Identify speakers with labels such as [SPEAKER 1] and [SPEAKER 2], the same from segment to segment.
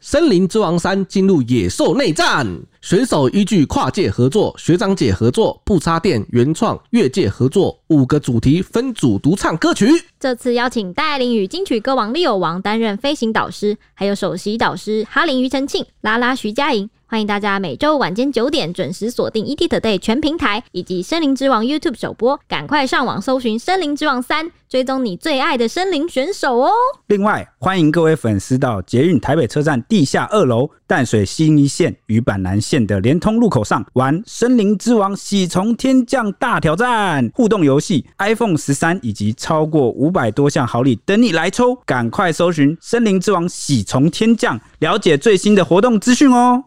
[SPEAKER 1] 森林之王三进入野兽内战，选手依据跨界合作、学长姐合作、不插电原创、越界合作五个主题分组独唱歌曲。
[SPEAKER 2] 这次邀请戴爱玲与金曲歌王利友王担任飞行导师，还有首席导师哈林、庾澄庆、拉拉、徐佳莹。欢迎大家每周晚间九点准时锁定 ET Today 全平台以及《森林之王》YouTube 首播，赶快上网搜寻《森林之王三》，追踪你最爱的森林选手哦。
[SPEAKER 3] 另外，欢迎各位粉丝到捷运台北车站地下二楼、淡水新一线与板南线的连通路口上玩《森林之王喜从天降大挑战》互动游戏，iPhone 十三以及超过五百多项好礼等你来抽，赶快搜寻《森林之王喜从天降》，了解最新的活动资讯哦。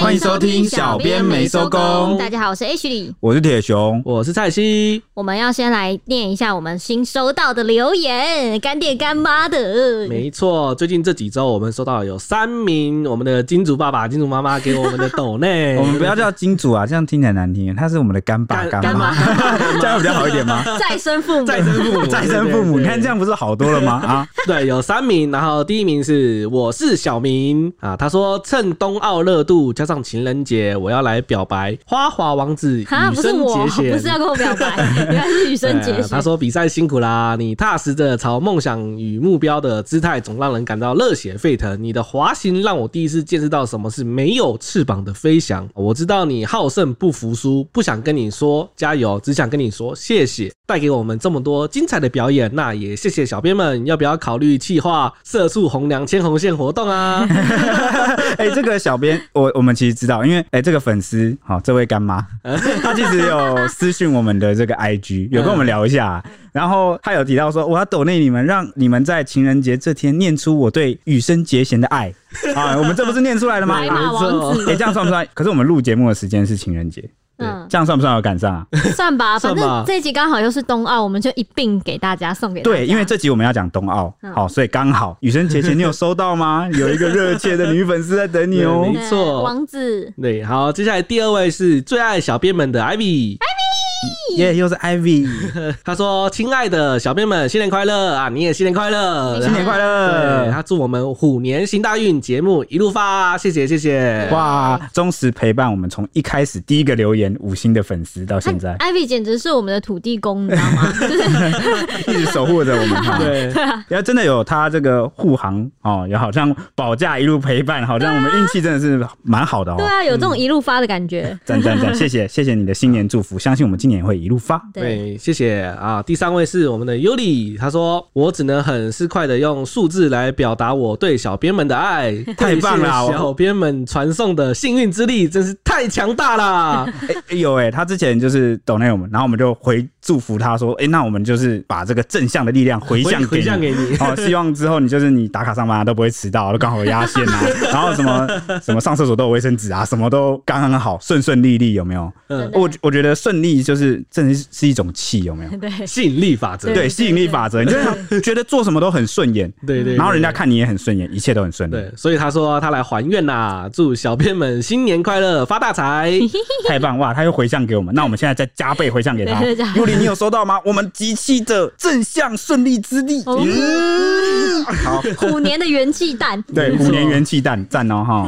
[SPEAKER 2] 欢
[SPEAKER 3] 迎收听小编没收工
[SPEAKER 2] 大家好，我是 H 李，
[SPEAKER 3] 我是铁熊，
[SPEAKER 1] 我是蔡西，
[SPEAKER 2] 我们要先来念一下我们新收到的留言，干爹干妈的。
[SPEAKER 1] 没错，最近这几周我们收到有三名我们的金主爸爸、金主妈妈给我们的抖内，
[SPEAKER 3] 我们不要叫金主啊，这样听起来难听。他是我们的干爸
[SPEAKER 1] 干
[SPEAKER 3] 干妈， 这样比较好一点吗？
[SPEAKER 2] 再生父母，
[SPEAKER 1] 再生父母，
[SPEAKER 3] 再生父母，
[SPEAKER 1] 对
[SPEAKER 3] 你看这。样不是好多了吗？啊，
[SPEAKER 1] 对对对，有三名，然后第一名是我是小明啊，他说趁冬奥热度加上情人节，我要来表白花滑王子羽
[SPEAKER 2] 哈，不是
[SPEAKER 1] 生
[SPEAKER 2] 我，
[SPEAKER 1] 结弦，
[SPEAKER 2] 不是要跟我表白， 原来是羽生结
[SPEAKER 1] 对啊
[SPEAKER 2] 弦。
[SPEAKER 1] 他说比赛辛苦啦，你踏实着朝梦想与目标的姿态，总让人感到热血沸腾。你的滑行让我第一次见识到什么是没有翅膀的飞翔。我知道你好胜不服输，不想跟你说加油，只想跟你说谢谢，带给我们这么多精彩的表演。那也谢谢小编们，要不要考虑企划色素红娘牵红线活动 啊？
[SPEAKER 3] 哎、这个小编，我我们其实知道，因为哎、这个粉丝，好、这位干妈，
[SPEAKER 2] 嗯
[SPEAKER 3] 她其实有私讯我们的这个 IG，有跟我们聊一下，
[SPEAKER 2] 嗯
[SPEAKER 3] 然后她有提到说，我要抖内你们，让你们在情人节这天念出我对羽生结弦的爱啊，我们这不是念出来了吗？
[SPEAKER 2] 白马
[SPEAKER 3] 啊
[SPEAKER 2] 王
[SPEAKER 3] 哎、
[SPEAKER 2] 子，
[SPEAKER 3] 这样算不算？可是我们录节目的时间是情人节，
[SPEAKER 2] 嗯，
[SPEAKER 3] 这样算不算有赶上啊？
[SPEAKER 2] 算吧，
[SPEAKER 1] 算
[SPEAKER 2] 反
[SPEAKER 1] 吧
[SPEAKER 2] 正这一集刚好又是冬奥，我们就一并给大家送给大家
[SPEAKER 3] 对，因为这集我们要讲冬奥，
[SPEAKER 2] 嗯
[SPEAKER 3] 好，所以刚好羽生结弦，你有收到吗？有一个热切的女粉丝在等你哦
[SPEAKER 1] 对。没
[SPEAKER 2] 对
[SPEAKER 1] 错
[SPEAKER 2] 王子
[SPEAKER 1] 对，好，接下来第二位是最爱小编们的 Ivy。
[SPEAKER 3] 耶又是 Ivy，
[SPEAKER 1] 他说：“亲爱的小编们，新年快乐啊！你也新年快乐，
[SPEAKER 2] 新
[SPEAKER 3] 新年快乐！
[SPEAKER 1] 对，他祝我们虎年行大运，节目一路发，谢谢谢谢。
[SPEAKER 3] 哇， 忠实陪伴我们从一开始第一个留言五星的粉丝到现在，
[SPEAKER 2] 艾比简直是我们的土地公，你知道吗？就是
[SPEAKER 3] 一直守护着我们 哈。，
[SPEAKER 1] 对，
[SPEAKER 3] 然后真的有他这个护航哦，也好像保驾一路陪伴，好像我们运气真的是蛮好的哦
[SPEAKER 2] 对。啊，有这种一路发的感觉。
[SPEAKER 3] 赞赞赞！谢谢谢谢你的新年祝福，相信我们今年也会一路发。
[SPEAKER 2] 对，
[SPEAKER 1] 对，谢谢啊。第三位是我们的尤里，他说：“我只能很市侩的用数字来表达我对小编们的 爱，
[SPEAKER 3] 太棒了
[SPEAKER 1] 谢谢小编们传送的幸运之力真是太强大啦！
[SPEAKER 3] 哎、哎有哎、他之前就是抖内我们，然后我们就回祝福他说，哎、那我们就是把这个正向的力量回向
[SPEAKER 1] 回
[SPEAKER 3] 给
[SPEAKER 1] 向
[SPEAKER 3] 你。
[SPEAKER 1] 给你。”
[SPEAKER 3] 哦，希望之后你就是你打卡上班、啊、都不会迟到，都刚好有压线啊，然后什么什么上厕所都有卫生纸啊，什么都刚刚好，顺顺利利，有没有？
[SPEAKER 1] 嗯
[SPEAKER 2] 真的
[SPEAKER 3] 我我觉得顺利就是真的是是一种气，有没有？
[SPEAKER 2] 对
[SPEAKER 1] 吸引力法则，
[SPEAKER 2] 对
[SPEAKER 3] 对，吸引力法则，你就觉得做什么都很顺眼，
[SPEAKER 1] 对对对
[SPEAKER 3] 然后人家看你也很顺眼，一切都很顺利，
[SPEAKER 1] 对，所以他说他来还愿啦，祝小编们新年快乐，发大 财。
[SPEAKER 3] 太棒哇！他又回向给我们，那我们现在再加倍回向给他
[SPEAKER 2] 对对对。
[SPEAKER 3] 尤里，你有收到吗？我们集气的正向顺利之力，
[SPEAKER 2] 哦
[SPEAKER 3] 嗯好，
[SPEAKER 2] 虎年的元气弹。
[SPEAKER 3] 对，虎年元气蛋赞哦哈。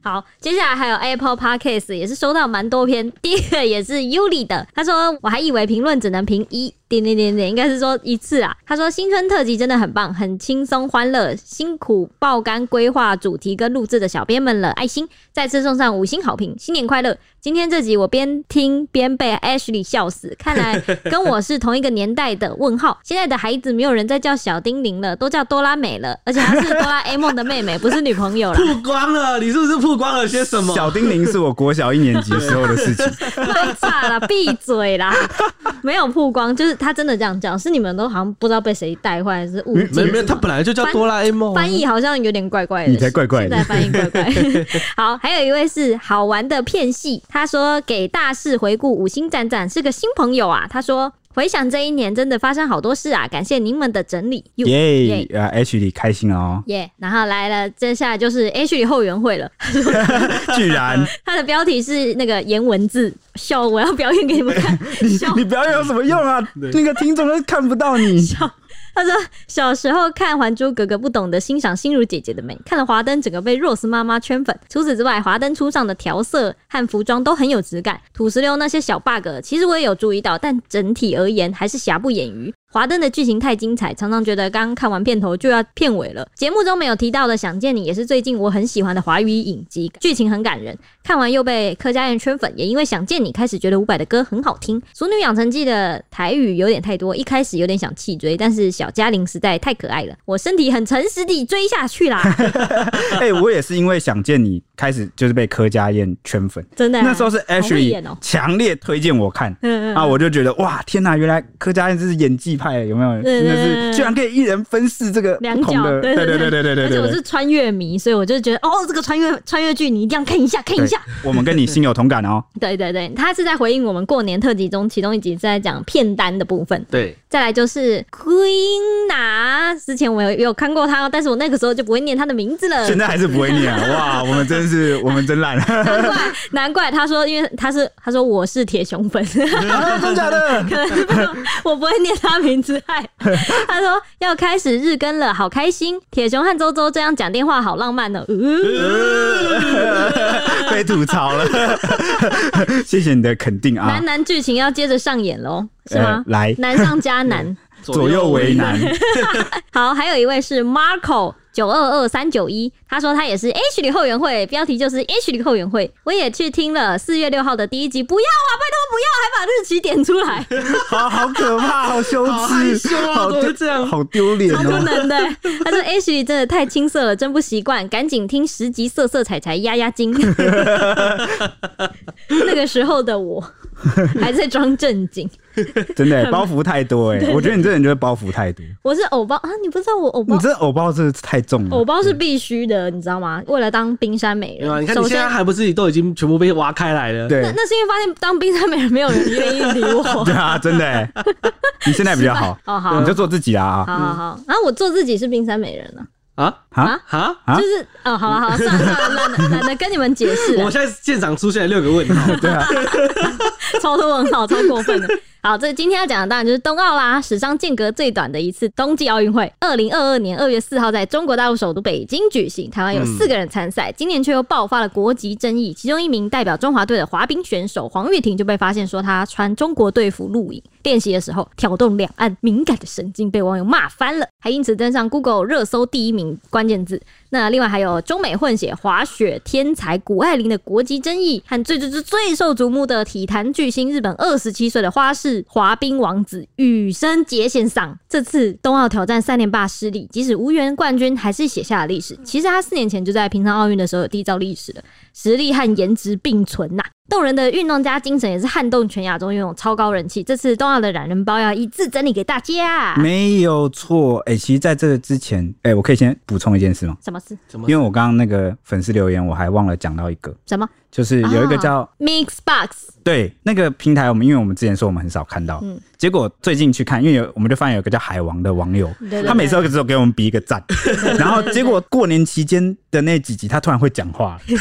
[SPEAKER 2] 好，接下来还有 Apple Podcast 也是收到蛮多篇，第一个也是 Yuli 的，他说我还以为评论只能评一点点点点，应该是说一次啊。他说新春特辑真的很棒，很轻松欢乐，辛苦爆肝规划主题跟录制的小编们了，爱心再次送上五星好评，新年快乐！今天这集我边听边被 Ashley 笑死，看来跟我是同一个年代的。问号，现在的孩子没有人再叫小叮铃了，都叫哆啦美了，而且她是哆啦 A 梦的妹妹，不是女朋友啦。
[SPEAKER 1] 曝光了，你是不是曝光了些什么？
[SPEAKER 3] 小叮铃是我国小一年级时候 的事情。
[SPEAKER 2] 太差了，闭嘴啦！ 没有曝光，就是他真的这样讲，是你们都好像不知道被谁带坏，还是误
[SPEAKER 1] 没
[SPEAKER 2] 解
[SPEAKER 1] 有没有，他本来就叫哆啦 A 梦啊
[SPEAKER 2] 翻译好像有点怪怪的，
[SPEAKER 3] 你 才怪怪的
[SPEAKER 2] 现在翻译怪怪。好，还有一位是好玩的片戏，他说给大事回顾五星赞赞，是个新朋友啊。他说。回想这一年，真的发生好多事啊！感谢您们的整理。哟
[SPEAKER 3] 耶
[SPEAKER 2] 耶！，
[SPEAKER 3] 啊，H 里开心了哦
[SPEAKER 2] 耶！然后来了，接下来就是 H 里后援会了。
[SPEAKER 3] 居然
[SPEAKER 2] 它的标题是那个颜文字，笑，我要表演给你们看。笑
[SPEAKER 3] 你表演有什么 用啊？那个听众都看不到你。
[SPEAKER 2] 他说小时候看《还珠格格》，不懂得欣赏心如姐姐的美，看了《华灯》，整个被 Rose 妈妈圈粉。除此之外，《华灯》初上的调色和服装都很有质感，土石流那些小 bug 其实我也有注意到，但整体而言还是瑕不掩瑜。华灯的剧情太精彩，常常觉得刚看完片头就要片尾了。节目中没有提到的《想见你》也是最近我很喜欢的华语影集，剧情很感人，看完又被客家人圈粉，也因为想见你开始觉得伍佰的歌很好听。《熟女养成记》的台语有点太多，一开始有点想弃追，但是小嘉玲实在太可爱了，我身体很诚实地追下去啦，
[SPEAKER 3] 哎，我也是因为想见你，开始就是被柯佳燕圈粉。
[SPEAKER 2] 真的啊、
[SPEAKER 3] 那时候是
[SPEAKER 2] 好会
[SPEAKER 3] Ashley
[SPEAKER 2] 演哦
[SPEAKER 3] 强烈推荐我看。
[SPEAKER 2] 嗯嗯
[SPEAKER 3] 啊，我就觉得哇，天哪！原来柯佳燕这是演技派，有没有？
[SPEAKER 2] 对
[SPEAKER 3] 真
[SPEAKER 2] 对
[SPEAKER 3] 的
[SPEAKER 2] 对
[SPEAKER 3] 是居然可以一人分饰这个
[SPEAKER 2] 两
[SPEAKER 3] 不同
[SPEAKER 2] 角
[SPEAKER 3] 的，
[SPEAKER 2] 对
[SPEAKER 3] 对
[SPEAKER 2] 对对
[SPEAKER 3] 对对对对对
[SPEAKER 2] 而且
[SPEAKER 3] 对
[SPEAKER 2] 我
[SPEAKER 3] 对。
[SPEAKER 2] 是穿越迷，所以我就觉得哦，这个穿越穿越剧你一定要看一下，看一下。
[SPEAKER 3] 我们跟你心有同 感哦。
[SPEAKER 2] 对对对，他是在回应我们过年特辑中其中一集是在讲片单的部分。
[SPEAKER 1] 对，
[SPEAKER 2] 再来就是 Queen a 之前我有有看过他，但是我那个时候就不会念他的名字了。
[SPEAKER 3] 现在还是不会念啊，哇，我们真是我们真烂，啊
[SPEAKER 2] 难怪 难怪他说，因为他是他说我是铁熊粉，
[SPEAKER 3] 啊真假的？
[SPEAKER 2] 我不会念他名字。嗨， 他说要开始日更了，好开心！铁熊和周周这样讲电话好浪漫哦。嗯，
[SPEAKER 3] 被吐槽了，谢谢你的肯定啊
[SPEAKER 2] 男。男剧情要接着上演喽，是吗
[SPEAKER 3] 呃？来
[SPEAKER 2] 难上加难。
[SPEAKER 3] 左右为难，
[SPEAKER 2] 好，还有一位是 Marco 九二二三九一，他说他也是 H 里后援会，标题就是 H 里后援会。我也去听了四月六号的第一集，不要啊，拜托不要，还把日期点出来，
[SPEAKER 3] 好好可怕，好羞
[SPEAKER 1] 好害羞
[SPEAKER 3] 耻，
[SPEAKER 1] 啊怎
[SPEAKER 3] 好
[SPEAKER 1] 么
[SPEAKER 3] 丢
[SPEAKER 1] 会这样
[SPEAKER 3] 好丢脸
[SPEAKER 2] 超不
[SPEAKER 3] 哦。
[SPEAKER 2] 能的。他说 H 里真的太青涩了，真不习惯，赶紧听十集色色彩彩压 压惊。 那个时候 的我还在装正经，
[SPEAKER 3] 真的包袱太多哎，我觉得你这人就是包袱太多，
[SPEAKER 2] 我是偶包啊，你不知道我偶包
[SPEAKER 3] 你。这偶包真的是太重
[SPEAKER 2] 偶
[SPEAKER 3] 了。
[SPEAKER 2] 包是必须的，你知道吗？为了当冰山美
[SPEAKER 1] 对吧？
[SPEAKER 2] 人，
[SPEAKER 1] 你看
[SPEAKER 2] 首
[SPEAKER 1] 你现在
[SPEAKER 2] 先
[SPEAKER 1] 还不是都已经全部被挖开来了？
[SPEAKER 3] 对
[SPEAKER 2] 那那是因为发现当冰山美人没有人愿意理 我。
[SPEAKER 3] 对啊， 真的哎，你现在比较好，
[SPEAKER 2] 哦，好
[SPEAKER 3] 你，就做自己啦啊
[SPEAKER 2] 好好好。然后我做自己是冰山美人了，
[SPEAKER 1] 啊
[SPEAKER 3] 啊！
[SPEAKER 1] 啊！
[SPEAKER 3] 啊
[SPEAKER 2] 就是哦，好了好了，算了算了，懒得懒得跟你们解释
[SPEAKER 1] 我
[SPEAKER 2] 了，
[SPEAKER 1] 现在现场出现了六个问号，
[SPEAKER 3] 对啊，
[SPEAKER 2] 超多问号，超过分的。好，这今天要讲的当然就是冬奥啦，史上间隔最短的一次冬季奥运会，二零二二年二月四号在中国大陆首都北京举行，台湾有四个人参赛，今年却又爆发了国籍争议，其中一名代表中华队的滑冰选手黄玉婷就被发现说她穿中国队服录影，练习的时候挑动两岸敏感的神经，被网友骂翻了，还因此登上 Google 热搜第一名关键字。那另外还有中美混血滑雪天才谷爱凌的国籍争议，和最最最最受瞩目的体坛巨星日本二十七岁的花式滑冰王子羽生结弦上，这次冬奥挑战三连霸失利，即使无缘冠军，还是写下了历史。其实他四年前就在平昌奥运的时候有缔造历史了，实力和颜值并存呐、动人的运动家精神也是撼动全亚洲，拥有超高人气。这次冬奥的懒人包要一字整理给大家。
[SPEAKER 3] 没有错。哎，其实在这个之前，哎，我可以先补充一件事吗？
[SPEAKER 2] 什么事？
[SPEAKER 1] 什么
[SPEAKER 3] 因为我刚刚那个粉丝留言，我还忘了讲到一个，
[SPEAKER 2] 什么？
[SPEAKER 3] 就是有一个
[SPEAKER 2] 啊
[SPEAKER 3] 叫、
[SPEAKER 2] Mix Box
[SPEAKER 3] 对那个平台，我们因为我们之前说我们很少看到，
[SPEAKER 2] 嗯
[SPEAKER 3] 结果最近去看，因为有我们就发现有一个叫海王的网友，
[SPEAKER 2] 对。对对
[SPEAKER 3] 他每次都只有给我们比一个 赞，然后结果过年期间的那几集，他突然会讲话了。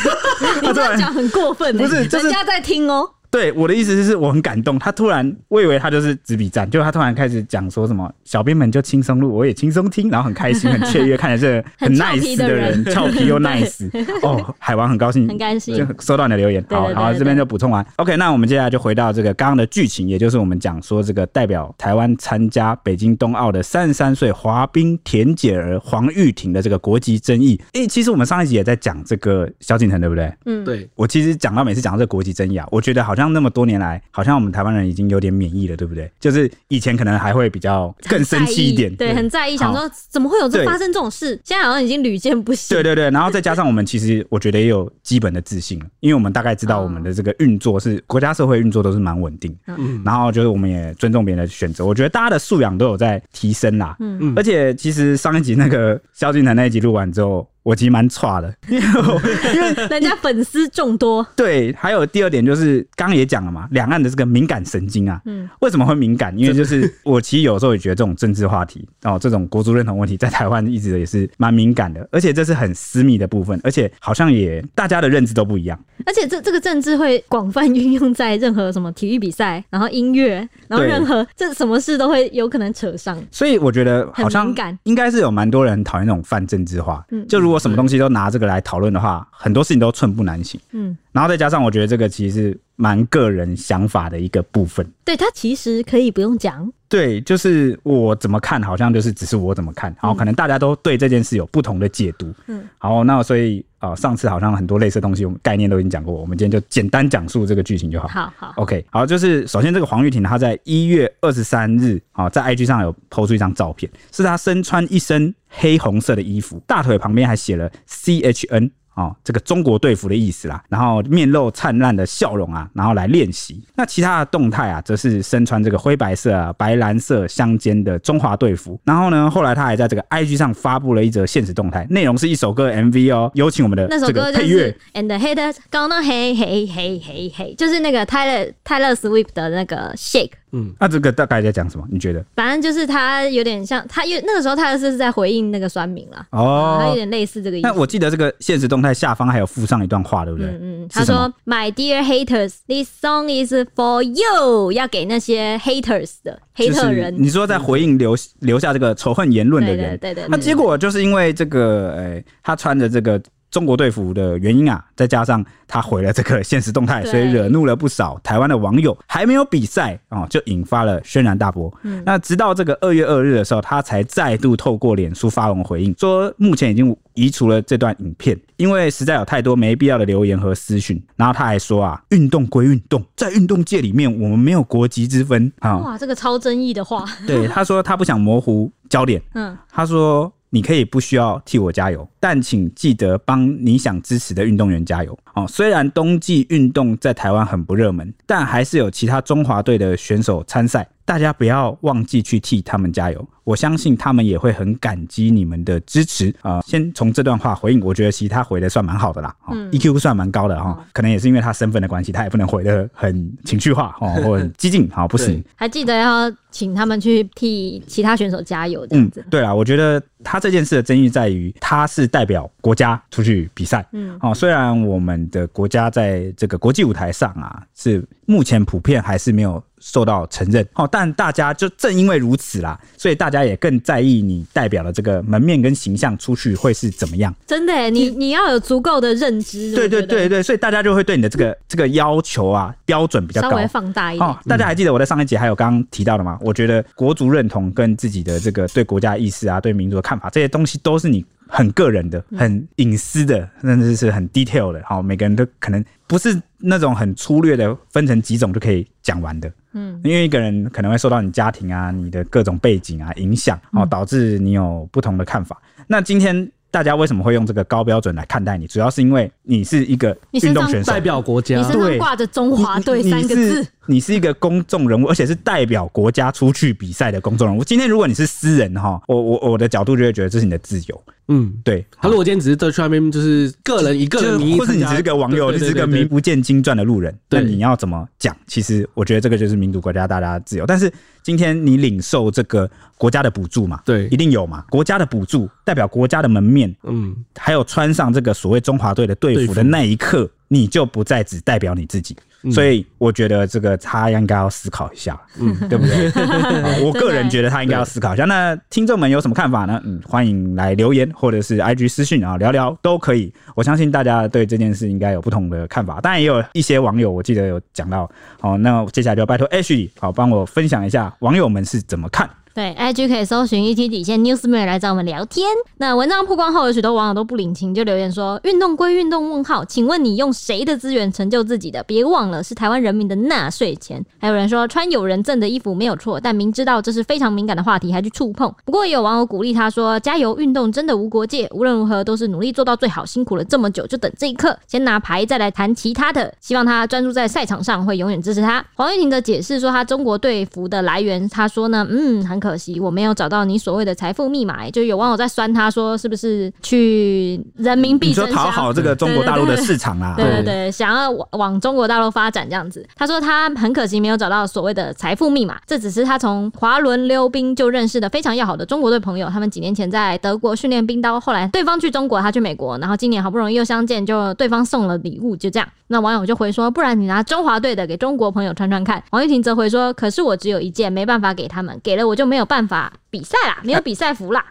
[SPEAKER 2] 你这样讲很过分、欸，
[SPEAKER 3] 啊不是就是
[SPEAKER 2] 人家在听哦、
[SPEAKER 3] 对我的意思是我很感动，他突然我以为他就是只比赞，结果他突然开始讲说什么小编们就轻松录，我也轻松听，然后很开心很雀跃，看着这个
[SPEAKER 2] 很
[SPEAKER 3] 很
[SPEAKER 2] 俏皮
[SPEAKER 3] nice
[SPEAKER 2] 的
[SPEAKER 3] 的
[SPEAKER 2] 人
[SPEAKER 3] 人， 俏皮又 nice。哦，海王很高兴，
[SPEAKER 2] 很开心
[SPEAKER 3] 就收到你的留言。
[SPEAKER 2] 对对
[SPEAKER 3] 好，
[SPEAKER 2] 对
[SPEAKER 3] 然后
[SPEAKER 2] 对
[SPEAKER 3] 这边就补充完。OK，那我们接下来就回到这个刚刚的剧情，也就是我们讲说这个代表台湾参加北京冬奥的三十三岁滑冰田姐儿黄玉婷的这个国籍争议。诶、其实我们上一集也在讲这个萧敬腾，对不对？
[SPEAKER 2] 嗯，
[SPEAKER 1] 对，
[SPEAKER 3] 我其实讲到每次讲到这个国籍争议啊，我觉得好像那么多年来，好像我们台湾人已经有点免疫了，对不对？就是以前可能还会比较更生气一点，
[SPEAKER 2] 很在意 对，很在意，想
[SPEAKER 3] 好
[SPEAKER 2] 说怎么会有这
[SPEAKER 3] 对
[SPEAKER 2] 发生这种事？现在好像已经屡见不鲜。
[SPEAKER 3] 对对对，然后再加上我们其实我觉得也有基本的自信了，因为我们大概知道我们的这个运作是国家社会运作都是蛮稳定，
[SPEAKER 1] 嗯
[SPEAKER 3] 然后就是我们也尊重别人的选择，我觉得大家的素养都有在提升啦。
[SPEAKER 2] 嗯
[SPEAKER 3] 而且其实上一集那个萧敬腾那一集录完之后，我其实蛮差的，因为我
[SPEAKER 2] 人家粉丝众多，
[SPEAKER 3] 对，还有第二点就是，刚刚也讲了嘛，两岸的这个敏感神经啊，
[SPEAKER 2] 嗯，
[SPEAKER 3] 为什么会敏感？因为就是 我其实有时候也觉得这种政治话题，哦，这种国族认同问题，在台湾一直也是蛮敏感的，而且这是很私密的部分，而且好像也大家的认知都不一样。
[SPEAKER 2] 而且这这个政治会广泛运用在任何什么体育比赛，然后音乐，然后
[SPEAKER 3] 对
[SPEAKER 2] 任何这什么事都会有可能扯上。
[SPEAKER 3] 所以我觉得好
[SPEAKER 2] 很
[SPEAKER 3] 像
[SPEAKER 2] 敏感
[SPEAKER 3] 应该是有蛮多人很讨厌那种泛政治化
[SPEAKER 2] 嗯。
[SPEAKER 3] 就如果什么东西都拿这个来讨论的话，很多事情都寸步难行。
[SPEAKER 2] 嗯，
[SPEAKER 3] 然后再加上我觉得这个其实是蛮个人想法的一个部分。
[SPEAKER 2] 对他其实可以不用讲，
[SPEAKER 3] 对，就是我怎么看，好像就是只是我怎么看，然后可能大家都对这件事有不同的解读。
[SPEAKER 2] 嗯，
[SPEAKER 3] 好，那所以呃，上次好像很多类似的东西，我们概念都已经讲过，我们今天就简单讲述这个剧情就好。哦
[SPEAKER 2] 好好，
[SPEAKER 3] OK，好，就是首先这个黄玉婷，她在一月二十三日啊、哦在 IG 上有抛出一张照片，是她身穿一身黑红色的衣服，大腿旁边还写了 CHN。哦，这个中国队服的意思啦，然后面露灿烂的笑容啊，然后来练习。那其他的动态啊，则是身穿这个灰白色、啊、白蓝色相间的中华队服。然后呢，后来她还在这个 IG 上发布了一则现实动态，内容是一首歌的 MV 哦。有请我们的
[SPEAKER 2] 那首
[SPEAKER 3] 这
[SPEAKER 2] 歌
[SPEAKER 3] 个
[SPEAKER 2] 就
[SPEAKER 3] 配乐
[SPEAKER 2] 是 And the Haters Gonna Hey Hey Hey Hey Hey，就是那个 Tyler Tyler Swift 的那个 Shake。
[SPEAKER 1] 嗯
[SPEAKER 3] 那这个大概在讲什么？你觉得？
[SPEAKER 2] 反正就是他有点像他，因为那个时候泰勒斯是在回应那个酸民啦，
[SPEAKER 3] 哦，
[SPEAKER 2] 啊他有点类似这个意思
[SPEAKER 3] 那。我记得这个现实动态下方还有附上一段话，对不对？
[SPEAKER 2] 嗯嗯，
[SPEAKER 3] 是
[SPEAKER 2] 他
[SPEAKER 3] 什么
[SPEAKER 2] 说：“My dear haters, this song is for you。”要给那些 haters 的黑
[SPEAKER 3] 就是
[SPEAKER 2] 特人，
[SPEAKER 3] 你说在回应留留下这个仇恨言论的
[SPEAKER 2] 对对
[SPEAKER 3] 人，
[SPEAKER 2] 对对。
[SPEAKER 3] 那
[SPEAKER 2] 对
[SPEAKER 3] 结果就是因为这个，哎、他穿着这个中国队服的原因啊，再加上他毁了这个现实动态，
[SPEAKER 2] 对
[SPEAKER 3] 所以惹怒了不少台湾的网友。还没有比赛啊、哦，就引发了轩然大波。
[SPEAKER 2] 嗯
[SPEAKER 3] 那直到这个二月二日的时候，他才再度透过脸书发文回应，说目前已经移除了这段影片，因为实在有太多没必要的留言和私讯。然后他还说啊，运动归运动，在运动界里面，我们没有国籍之分啊。
[SPEAKER 2] 哇，这个超争议的话，
[SPEAKER 3] 对，他说他不想模糊焦点。
[SPEAKER 2] 嗯，
[SPEAKER 3] 他说：“你可以不需要替我加油，但请记得帮你想支持的运动员加油哦。虽然冬季运动在台湾很不热门，但还是有其他中华队的选手参赛，大家不要忘记去替他们加油。我相信他们也会很感激你们的支持啊、呃先从这段话回应，我觉得其实他回的算蛮好的啦、哦 e q 算蛮高的哈、哦可能也是因为他身份的关系，他也不能回的很情绪化哦，或很激进，好、不行
[SPEAKER 1] 对。
[SPEAKER 2] 还记得要请他们去替其他选手加油，这样子。
[SPEAKER 3] 嗯对啦，我觉得他这件事的争议在于，他是代表国家出去比赛。
[SPEAKER 2] 嗯
[SPEAKER 3] 哦，虽然我们的国家在这个国际舞台上啊，是目前普遍还是没有受到承认。哦，但大家就正因为如此啦，所以大家也更在意你代表的这个门面跟形象出去会是怎么样。
[SPEAKER 2] 真的耶，你你要有足够的认知，
[SPEAKER 3] 对对
[SPEAKER 2] 我觉得
[SPEAKER 3] 对，对，所以大家就会对你的这个这个要求啊标准比较
[SPEAKER 2] 稍
[SPEAKER 3] 高
[SPEAKER 2] 微。放大一点
[SPEAKER 3] 哦，，大家还记得我在上一集还有刚刚提到的吗？我觉得国族认同跟啊自己的这个对国家意识啊、对民族的看法，这些东西都是你很个人的、
[SPEAKER 2] 嗯
[SPEAKER 3] 很隐私的，甚至是很 detail 的。哦好、每个人都可能不是那种很粗略的分成几种就可以讲完的。
[SPEAKER 2] 嗯，
[SPEAKER 3] 因为一个人可能会受到你家庭啊、你的各种背景啊影响，哦，
[SPEAKER 2] 嗯
[SPEAKER 3] 导致你有不同的看法。那今天。大家为什么会用这个高标准来看待你？主要是因为你是一个
[SPEAKER 2] 你身
[SPEAKER 3] 运动
[SPEAKER 2] 上
[SPEAKER 3] 选手
[SPEAKER 1] 代，表国家
[SPEAKER 2] 你，身上
[SPEAKER 3] 对
[SPEAKER 2] 挂着中华队
[SPEAKER 3] 你
[SPEAKER 2] 三个
[SPEAKER 3] 你
[SPEAKER 2] 字
[SPEAKER 3] 是，你是一个公众人物，而且是代表国家出去比赛的公众人物。今天如果你是私人哈，我我我的角度就会觉得这是你的自由，
[SPEAKER 1] 嗯。
[SPEAKER 3] 对。
[SPEAKER 1] 他如果今天只是在去外面，就是个人以个人
[SPEAKER 3] 就
[SPEAKER 1] 名义
[SPEAKER 3] 或是
[SPEAKER 1] 参
[SPEAKER 3] 你
[SPEAKER 1] 加，
[SPEAKER 3] 只是个网友，
[SPEAKER 1] 对
[SPEAKER 3] 你只
[SPEAKER 1] 对
[SPEAKER 3] 是
[SPEAKER 1] 对
[SPEAKER 3] 个
[SPEAKER 1] 对
[SPEAKER 3] 名不见经传的路人，那
[SPEAKER 1] 对
[SPEAKER 3] 你要怎么讲？其实我觉得这个就是民主国家大家自由。但是今天你领受这个国家的补助嘛，
[SPEAKER 1] 对
[SPEAKER 3] 一定有嘛。国家的补助代表国家的门面，
[SPEAKER 1] 嗯，
[SPEAKER 3] 还有穿上这个所谓中华队的队服的嗯那一刻，你就不再只代表你自己。所以我觉得这个他应该要思考一下，嗯，对不 对？啊我个人觉得他应该要思考一下。那听众们有什么看法呢？嗯，欢迎来留言或者是 IG 私讯啊，聊聊都可以。我相信大家对这件事应该有不同的看法，当然也有一些网友我记得有讲到，好、那接下来就拜托 H 好帮我分享一下网友们是怎么看。
[SPEAKER 2] 对，IG 可以搜寻 ET 底线 Newsman 来找我们聊天。那文章曝光后，有许多网友都不领情，就留言说：“运动归运动，问号，请问你用谁的资源成就自己的？别忘了是台湾人民的纳税钱。”还有人说：“穿有人赠的衣服没有错，但明知道这是非常敏感的话题，还去触碰。”不过也有网友鼓励他说：“加油，运动真的无国界，无论如何都是努力做到最好，辛苦了这么久，就等这一刻，先拿牌再来谈其他的。希望他专注在赛场上，会永远支持他。”黄玉婷的解释说，他中国队服的来源，他说呢，嗯，很可。可惜，我没有找到你所谓的财富密码、欸就有网友在酸他说，是不是去人民币
[SPEAKER 3] 你说
[SPEAKER 2] 争
[SPEAKER 3] 讨
[SPEAKER 2] 相？
[SPEAKER 3] 好这个中国大陆的市场啊啦，
[SPEAKER 2] 对
[SPEAKER 1] 对
[SPEAKER 2] 对对，想要往往中国大陆发展这样子。他说他很可惜没有找到所谓的财富密码，这只是他从滑轮溜冰就认识的非常要好的中国队朋友。他们几年前在德国训练冰刀，后来对方去中国，他去美国，然后今年好不容易又相见，就对方送了礼物，就这样。那网友就回说，不然你拿中华队的给中国朋友穿穿看。王玉婷则回说，可是我只有一件，没办法给他们，给了我就没有办法比赛啦，没有比赛服啦。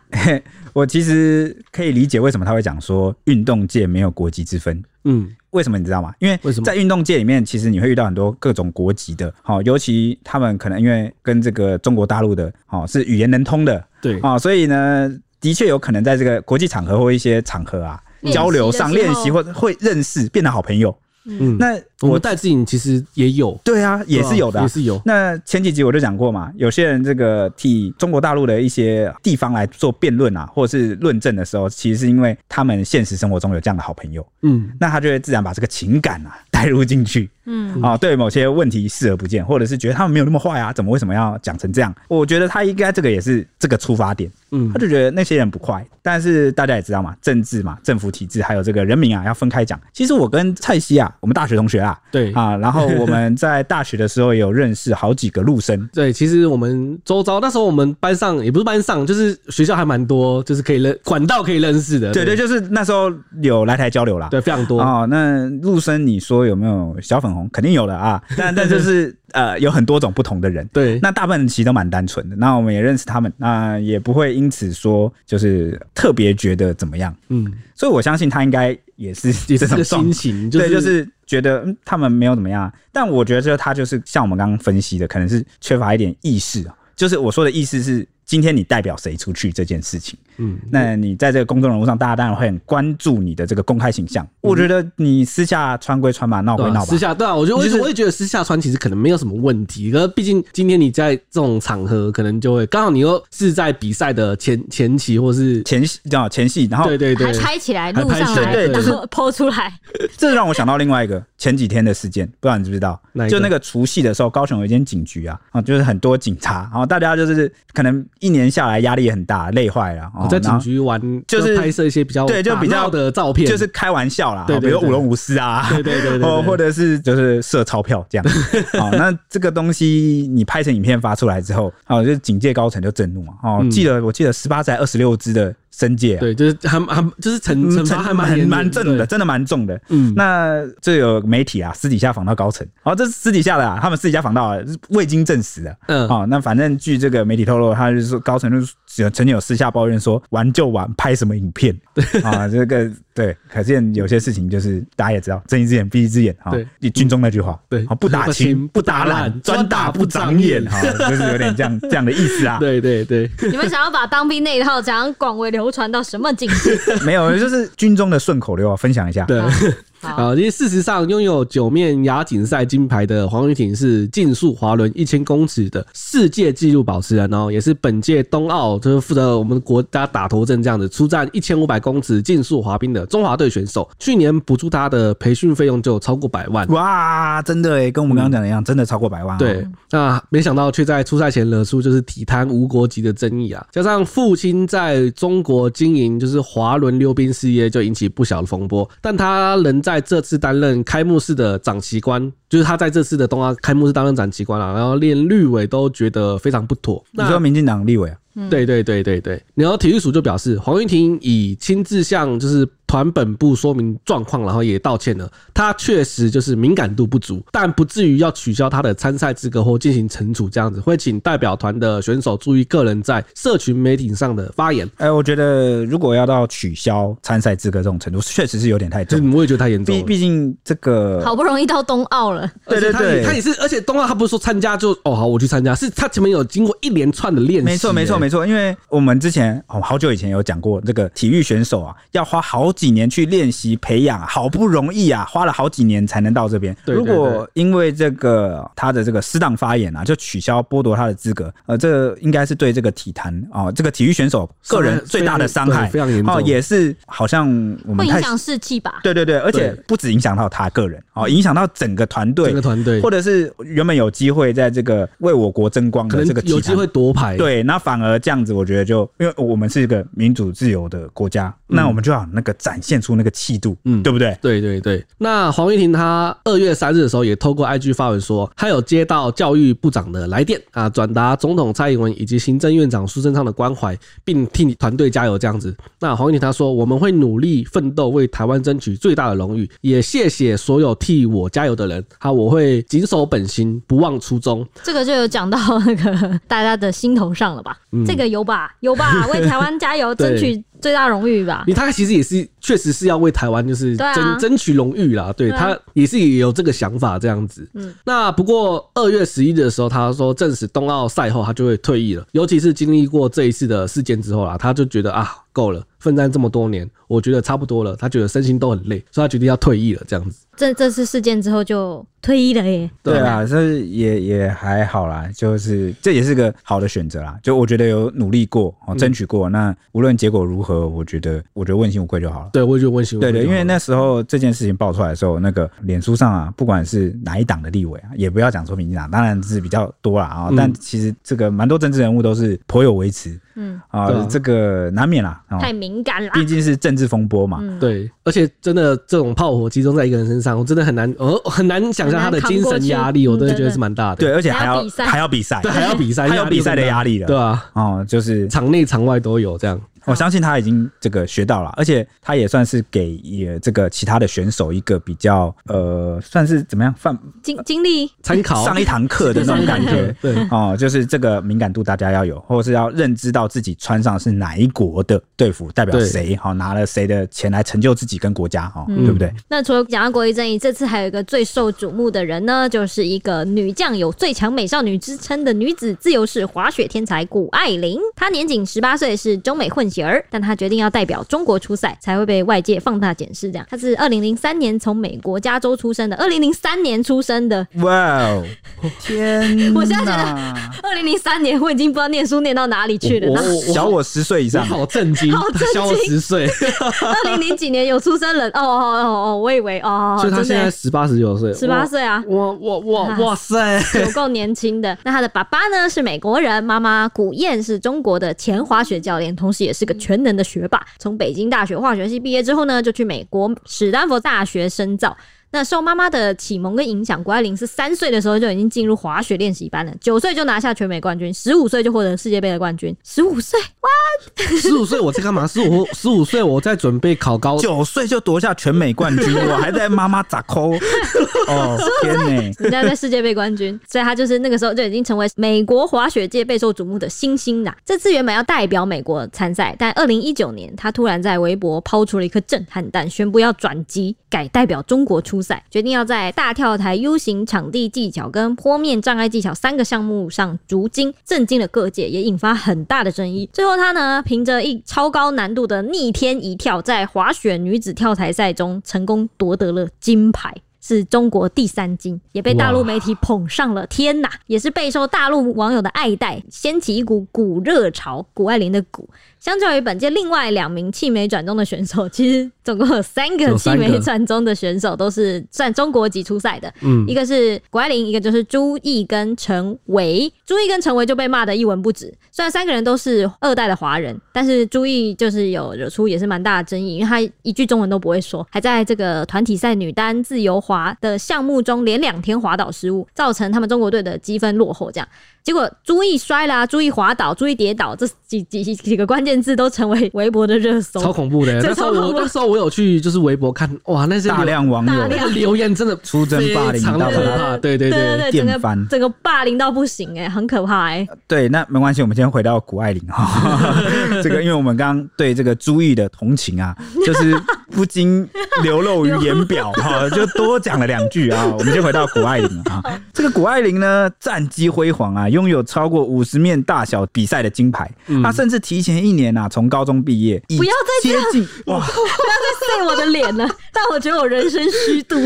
[SPEAKER 3] 我其实可以理解为什么他会讲说运动界没有国籍之分。
[SPEAKER 1] 嗯，
[SPEAKER 3] 为什么你知道吗？因为
[SPEAKER 1] 为什么
[SPEAKER 3] 在运动界里面，其实你会遇到很多各种国籍的，好、尤其他们可能因为跟这个中国大陆的，好、是语言能通的，
[SPEAKER 1] 对，
[SPEAKER 3] 哦，所以呢，的确有可能在这个国际场合或一些场合啊，
[SPEAKER 2] 练习的
[SPEAKER 3] 交流上
[SPEAKER 2] 时候
[SPEAKER 3] 练习或会认识，变得好朋友。
[SPEAKER 1] 嗯，
[SPEAKER 3] 那
[SPEAKER 1] 我
[SPEAKER 3] 我
[SPEAKER 1] 们戴志颖其实也有，
[SPEAKER 3] 对啊，也是有的啊、
[SPEAKER 1] 也是有，
[SPEAKER 3] 那前几集我就讲过嘛，有些人这个替中国大陆的一些地方来做辩论啊，或者是论证的时候，其实是因为他们现实生活中有这样的好朋友，
[SPEAKER 1] 嗯，
[SPEAKER 3] 那他就会自然把这个情感啊 带入进去。
[SPEAKER 2] 嗯，
[SPEAKER 3] 啊、对某些问题视而不见，或者是觉得他们没有那么坏啊，怎么为什么要讲成这样？我觉得他应该这个也是这个出发点，
[SPEAKER 1] 嗯
[SPEAKER 3] 他就觉得那些人不坏。但是大家也知道嘛，政治嘛，政府体制还有这个人民啊，要分开讲。其实我跟蔡西啊，我们大学同学啊，
[SPEAKER 1] 对。
[SPEAKER 3] 啊，然后我们在大学的时候也有认识好几个陆生
[SPEAKER 1] 对，其实我们周遭那时候我们班上也不是班上，就是学校还蛮多，就是可以认管道可以认识的，
[SPEAKER 3] 对对，就是那时候有来台交流啦。
[SPEAKER 1] 对，非常多，
[SPEAKER 3] 哦，那陆生，你说有没有小粉红？肯定有了啊，但但就是 呃，有很多种不同的人。
[SPEAKER 1] 对，
[SPEAKER 3] 那大部分其实都蛮单纯的，那我们也认识他们，那也不会因此说就是特别觉得怎么样，
[SPEAKER 1] 嗯，
[SPEAKER 3] 所以我相信他应该也是
[SPEAKER 1] 也是
[SPEAKER 3] 这
[SPEAKER 1] 这
[SPEAKER 3] 种
[SPEAKER 1] 个
[SPEAKER 3] 状
[SPEAKER 1] 心情，
[SPEAKER 3] 对，就是觉得、嗯、他们没有怎么样啊，但我觉得这他就是像我们刚刚分析的，可能是缺乏一点意识啊，就是我说的意思是。今天你代表谁出去这件事情？
[SPEAKER 1] 嗯，
[SPEAKER 3] 那你在这个公众人物上，大家当然会很关注你的这个公开形象。我觉得你私下穿归穿吧，闹归
[SPEAKER 1] 对啊
[SPEAKER 3] 闹哦吧
[SPEAKER 1] 私，下对啊，我觉得我也
[SPEAKER 3] 就是
[SPEAKER 1] 我也觉得私下穿其实可能没有什么问题，可是毕竟今天你在这种场合，可能就会刚好你又是在比赛的前前期，或是
[SPEAKER 3] 前戏叫前戏，然后
[SPEAKER 1] 对对对
[SPEAKER 2] 还，拍起来，录
[SPEAKER 1] 还拍
[SPEAKER 2] 上
[SPEAKER 1] 起
[SPEAKER 2] 来，
[SPEAKER 1] 来对
[SPEAKER 2] 然
[SPEAKER 1] 就是
[SPEAKER 2] 后 剖出来。
[SPEAKER 3] 这让我想到另外一个前几天的事件，不知道你知不知道
[SPEAKER 1] 哪？一个
[SPEAKER 3] 就那个除夕的时候，高雄有一间警局啊，啊，就是很多警察，然后大家就是可能一年下来压力也很大，累坏了，哦
[SPEAKER 1] 我在警。
[SPEAKER 3] 然后
[SPEAKER 1] 局玩
[SPEAKER 3] 就是
[SPEAKER 1] 拍摄一些比较
[SPEAKER 3] 对就比较
[SPEAKER 1] 打闹的照片，
[SPEAKER 3] 就是开玩笑啦，
[SPEAKER 1] 对对
[SPEAKER 3] 比如
[SPEAKER 1] 对
[SPEAKER 3] 舞龙舞狮啊，
[SPEAKER 1] 对对对对对
[SPEAKER 3] 哦，或者是就是设钞票 这样。好、那这个东西你拍成影片发出来之后，哦，就警戒高层就震怒嘛，哦，
[SPEAKER 1] 嗯
[SPEAKER 3] 记得我记得十八只还二十六只的申诫、啊，
[SPEAKER 1] 对，就是还还就是惩
[SPEAKER 3] 嗯
[SPEAKER 1] 惩罚还蛮
[SPEAKER 3] 蛮
[SPEAKER 1] 严
[SPEAKER 3] 蛮重的，
[SPEAKER 1] 对
[SPEAKER 3] 真的蛮重的。
[SPEAKER 1] 嗯
[SPEAKER 3] 那这有媒体啊，私底下访到高层，哦，这是私底下的啊，他们私底下访到啊，是未经证实的。
[SPEAKER 1] 嗯
[SPEAKER 3] 哦，那反正据这个媒体透露，他就是说高层就是有曾经有私下抱怨说，玩就玩，拍什么影片啊？这个对，可见有些事情就是大家也知道，睁一只眼闭一只眼啊。
[SPEAKER 1] 对
[SPEAKER 3] 你军中那句话，
[SPEAKER 1] 对
[SPEAKER 3] 啊不打
[SPEAKER 1] 不打
[SPEAKER 3] 勤
[SPEAKER 1] 勤
[SPEAKER 3] 不
[SPEAKER 1] 不
[SPEAKER 3] 打
[SPEAKER 1] 打
[SPEAKER 3] 懒，
[SPEAKER 1] 懒
[SPEAKER 3] 专
[SPEAKER 1] 专
[SPEAKER 3] 打
[SPEAKER 1] 打
[SPEAKER 3] 不
[SPEAKER 1] 不
[SPEAKER 3] 长
[SPEAKER 1] 长
[SPEAKER 3] 眼
[SPEAKER 1] 眼
[SPEAKER 3] 啊，就是有点 这样这样的意思啊。
[SPEAKER 1] 对对对，
[SPEAKER 2] 你们想要把当兵那一套怎样广为流传到什么境 界？
[SPEAKER 3] 没有，就是军中的顺口溜啊，分享一下。
[SPEAKER 1] 对。
[SPEAKER 2] 好，
[SPEAKER 1] 啊，因为事实上，拥有九面亚锦赛金牌的黄玉婷是竞速滑轮一千公尺的世界纪录保持人哦，也是本届冬奥就是负责我们国家打头阵这样子出战一千五百公尺竞速滑冰的中华队选手。去年补助他的培训费用就有超过百万。
[SPEAKER 3] 哇，真的哎，跟我们刚刚讲的一样，真的超过百万、啊。
[SPEAKER 1] 对，那没想到却在出赛前惹出就是体坛无国籍的争议啊，加上父亲在中国经营就是滑轮溜冰事业，就引起不小的风波。但他仍在这次担任开幕式的长旗官，就是他在这次的冬奥开幕式担任长旗官啊，然后连绿委都觉得非常不妥。
[SPEAKER 3] 你
[SPEAKER 1] 那
[SPEAKER 3] 说民进党立委啊？
[SPEAKER 1] 对对对对对，然后体育署就表示，黄玉婷已亲自向就是团本部说明状况，然后也道歉了。她确实就是敏感度不足，但不至于要取消她的参赛资格或进行惩处这样子。会请代表团的选手注意个人在社群媒体上的发言。
[SPEAKER 3] 哎、我觉得如果要到取消参赛资格这种程度，确实是有点太
[SPEAKER 1] 就是
[SPEAKER 3] 重。
[SPEAKER 1] 我也觉得太严重
[SPEAKER 3] 毕
[SPEAKER 1] 了。
[SPEAKER 3] 毕竟这个
[SPEAKER 2] 好不容易到冬奥了，
[SPEAKER 1] 而且他
[SPEAKER 3] 对对对
[SPEAKER 1] 也他也是，而且冬奥他不是说参加就哦好我去参加，是他前面有经过一连串的练习、
[SPEAKER 3] 没错，没错，
[SPEAKER 1] 欸
[SPEAKER 3] 没错，因为我们之前哦好久以前有讲过，这个体育选手啊，要花好几年去练习培养，好不容易啊，花了好几年才能到这边。
[SPEAKER 1] 对
[SPEAKER 3] 如
[SPEAKER 1] 对
[SPEAKER 3] 果因为这个他的这个适当发言啊，就取消剥夺他的资格，呃，这个应该是对这个体坛啊、哦这个体育选手个人最大的伤害
[SPEAKER 1] 对非常严重
[SPEAKER 3] 哦，也是好像我们
[SPEAKER 2] 会
[SPEAKER 3] 太
[SPEAKER 2] 影响士气吧？
[SPEAKER 3] 对对对，而且
[SPEAKER 1] 对
[SPEAKER 3] 不止影响到他个人哦，影响到整个团队
[SPEAKER 1] 整个，团队
[SPEAKER 3] 或者是原本有机会在这个为我国争光
[SPEAKER 1] 可
[SPEAKER 3] 的这个
[SPEAKER 1] 能
[SPEAKER 3] 体
[SPEAKER 1] 有
[SPEAKER 3] 坛
[SPEAKER 1] 机会夺牌。
[SPEAKER 3] 对，那反而这样子，我觉得就因为我们是一个民主自由的国家，那我们就要那个展现出那个气度，
[SPEAKER 1] 嗯
[SPEAKER 3] 对不对？
[SPEAKER 1] 对对对，那黄玉婷她二月三日的时候也透过 IG 发文说，她有接到教育部长的来电啊，转达总统蔡英文以及行政院长苏贞昌的关怀，并替团队加油这样子。那黄玉婷她说，我们会努力奋斗，为台湾争取最大的荣誉，也谢谢所有替我加油的人，啊，我会谨守本心，不忘初衷。
[SPEAKER 2] 这个就有讲到那个 大家的心头上了吧？
[SPEAKER 3] 嗯
[SPEAKER 2] 这个有吧，有 吧，为台湾加油，
[SPEAKER 1] 对
[SPEAKER 2] 争取最大荣誉吧
[SPEAKER 1] 你。他其实也是，确实是要为台湾就是
[SPEAKER 2] 对
[SPEAKER 1] 争、
[SPEAKER 2] 啊
[SPEAKER 1] 争取荣誉啦，对
[SPEAKER 2] 对啊
[SPEAKER 1] 他也是有这个想法这样子。
[SPEAKER 2] 嗯
[SPEAKER 1] 嗯，那不过二月十一的时候，他说证实冬奥赛后他就会退役了，尤其是经历过这一次的事件之后啦，他就觉得啊够了，奋战这么多年，我觉得差不多了，他觉得身心都很累，所以他决定要退役了这样子。
[SPEAKER 2] 这这次事件之后就退役了耶，
[SPEAKER 3] 对啊，这也也还好啦，就是这也是个好的选择啦。就我觉得有努力过，哦、争取过，那无论结果如何，我觉得我觉得问心无愧就好了。
[SPEAKER 1] 对，我也觉得温馨。
[SPEAKER 3] 对对，因为那时候这件事情爆出来的时候，那个脸书上啊，不管是哪一党的立委啊，也不要讲说民进党，当然是比较多啦啊、
[SPEAKER 1] 嗯
[SPEAKER 3] 但其实这个蛮多政治人物都是颇有微词，
[SPEAKER 2] 嗯
[SPEAKER 3] 啊、
[SPEAKER 1] 对啊
[SPEAKER 3] 这个难免啦啊，
[SPEAKER 2] 太敏感啦。
[SPEAKER 3] 毕竟是政治风波嘛。
[SPEAKER 2] 嗯，
[SPEAKER 1] 对，而且真的这种炮火集中在一个人身上，我真的很难，呃，很难想象他的精神压力，我真的觉得是蛮大的。
[SPEAKER 3] 对，啊而且还
[SPEAKER 2] 还
[SPEAKER 3] 要
[SPEAKER 2] 要比赛
[SPEAKER 3] 还要比赛，
[SPEAKER 1] 对，还要比赛，
[SPEAKER 3] 还有比赛的压力了。
[SPEAKER 1] 对啊。
[SPEAKER 3] 哦，就是
[SPEAKER 1] 场内场外都有这样。
[SPEAKER 3] 我相信他已经这个学到了，而且他也算是给也这个其他的选手一个比较呃，算是怎么样范
[SPEAKER 2] 经经历
[SPEAKER 1] 参考
[SPEAKER 3] 上一堂课的那种 感觉。
[SPEAKER 1] 对，
[SPEAKER 3] 哦，就是这个敏感度大家要有，或者是要认知到自己穿上是哪一国的队服，代表
[SPEAKER 1] 对
[SPEAKER 3] 谁，好、拿了谁的钱来成就自己跟国家，哦，对不对？
[SPEAKER 2] 那除了讲到国际正义，这次还有一个最受瞩目的人呢，就是一个女将有“最强美少女”之称的女子自由式滑雪天才谷爱凌。她年仅十八岁，是中美混血儿，但她决定要代表中国出赛，才会被外界放大检视。这样，她是二零零三年从美国加州出生的，二零零三年出生的。
[SPEAKER 3] 哇哦，天
[SPEAKER 2] 我现在觉得
[SPEAKER 3] 哪
[SPEAKER 2] 二零零三年我已经不知道念书念到哪里去了。
[SPEAKER 1] 我
[SPEAKER 2] 然后
[SPEAKER 1] 我
[SPEAKER 3] 小我十岁以
[SPEAKER 1] 我
[SPEAKER 3] 上，
[SPEAKER 1] 好震惊，
[SPEAKER 2] 好震惊
[SPEAKER 1] 他小我十岁，
[SPEAKER 2] 二零零几年有出生人，哦哦哦哦，我以为 哦，
[SPEAKER 1] 所以他
[SPEAKER 2] 真
[SPEAKER 1] 现在
[SPEAKER 2] 的
[SPEAKER 1] 十八十九岁，
[SPEAKER 2] 十八岁啊，
[SPEAKER 1] 哇，哇哇哇哇塞！
[SPEAKER 2] 有够年轻的。那他的爸爸呢是美国人，妈妈古燕是中国的前滑雪教练，同时也是个全能的学霸。从北京大学化学系毕业之后呢，就去美国史丹佛大学深造。那受妈妈的启蒙跟影响，谷爱凌是三岁的时候就已经进入滑雪练习班了，九岁就拿下全美冠军，十五岁就获得世界杯的冠军。十五岁，
[SPEAKER 1] 十五岁我在干嘛？十五十五岁我在准备考
[SPEAKER 2] 哦
[SPEAKER 1] 高，
[SPEAKER 3] 九岁就夺下全美冠军，我还在妈妈咋 抠？哦，天哪！
[SPEAKER 2] 人 家在世界杯冠军，所以他就是那个时候就已经成为美国滑雪界备受瞩目的新星啦。这次原本要代表美国参赛，但二零一九年他突然在微博抛出了一颗震撼弹，宣布要转籍，改代表中国出赛，决定要在大跳台、U 型场地技巧跟坡面障碍技巧三个项目上逐金，震惊了各界，也引发很大的争议。最后他呢，凭着一超高难度的逆天一跳，在滑雪女子跳台赛中成功夺得了金牌。是中国第三金，也被大陆媒体捧上了天呐，也是备受大陆网友的爱戴，掀起一股古热潮。谷爱凌的谷，相较于本届另外两名弃美转中的选手，其实总共有三个
[SPEAKER 1] 有
[SPEAKER 2] 弃
[SPEAKER 1] 三个
[SPEAKER 2] 美转中的选手都是算中国籍出赛的，
[SPEAKER 1] 嗯
[SPEAKER 2] 一，个是谷爱凌，一个就是朱毅跟陈维。朱毅跟陈维就被骂的一文不值。虽然三个人都是二代的华人，但是朱毅就是有惹出也是蛮大的争议，因为他一句中文都不会说，还在这个团体赛女单自由滑的项目中连两天滑倒失误，造成他们中国队的积分落后。这样，结果朱毅摔啦、朱毅滑倒、朱毅跌倒，这几几几几个关键字都成为微博的热搜。
[SPEAKER 1] 超恐怖的。
[SPEAKER 2] 这
[SPEAKER 1] 那时候
[SPEAKER 2] 超恐
[SPEAKER 1] 我
[SPEAKER 2] 怖
[SPEAKER 1] 那时候我有去就是微博看，哇，那些
[SPEAKER 3] 大量网
[SPEAKER 2] 大
[SPEAKER 3] 友
[SPEAKER 2] 量
[SPEAKER 1] 那个留言真的
[SPEAKER 3] 出征霸凌
[SPEAKER 1] 非常
[SPEAKER 3] 到
[SPEAKER 1] 可
[SPEAKER 3] 他，
[SPEAKER 1] 怕，对对
[SPEAKER 2] 对对对，整
[SPEAKER 3] 电翻
[SPEAKER 2] 个整个霸凌到不行哎、很可怕哎、
[SPEAKER 3] 对，那没关系，我们先 回到谷爱凌哈。这个，因为我们刚刚对这个朱毅的同情啊，就是不禁流露于言表， 哈，就多讲了两句啊。我们先回到谷爱凌啊，这个谷爱凌呢，战绩辉煌啊，拥有超过五十面大小比赛的金牌。她甚至提前一年啊，从高中毕业，以
[SPEAKER 2] 嗯不要再
[SPEAKER 3] 接近哇
[SPEAKER 2] 再塞我的脸了，但我觉得我人生虚度。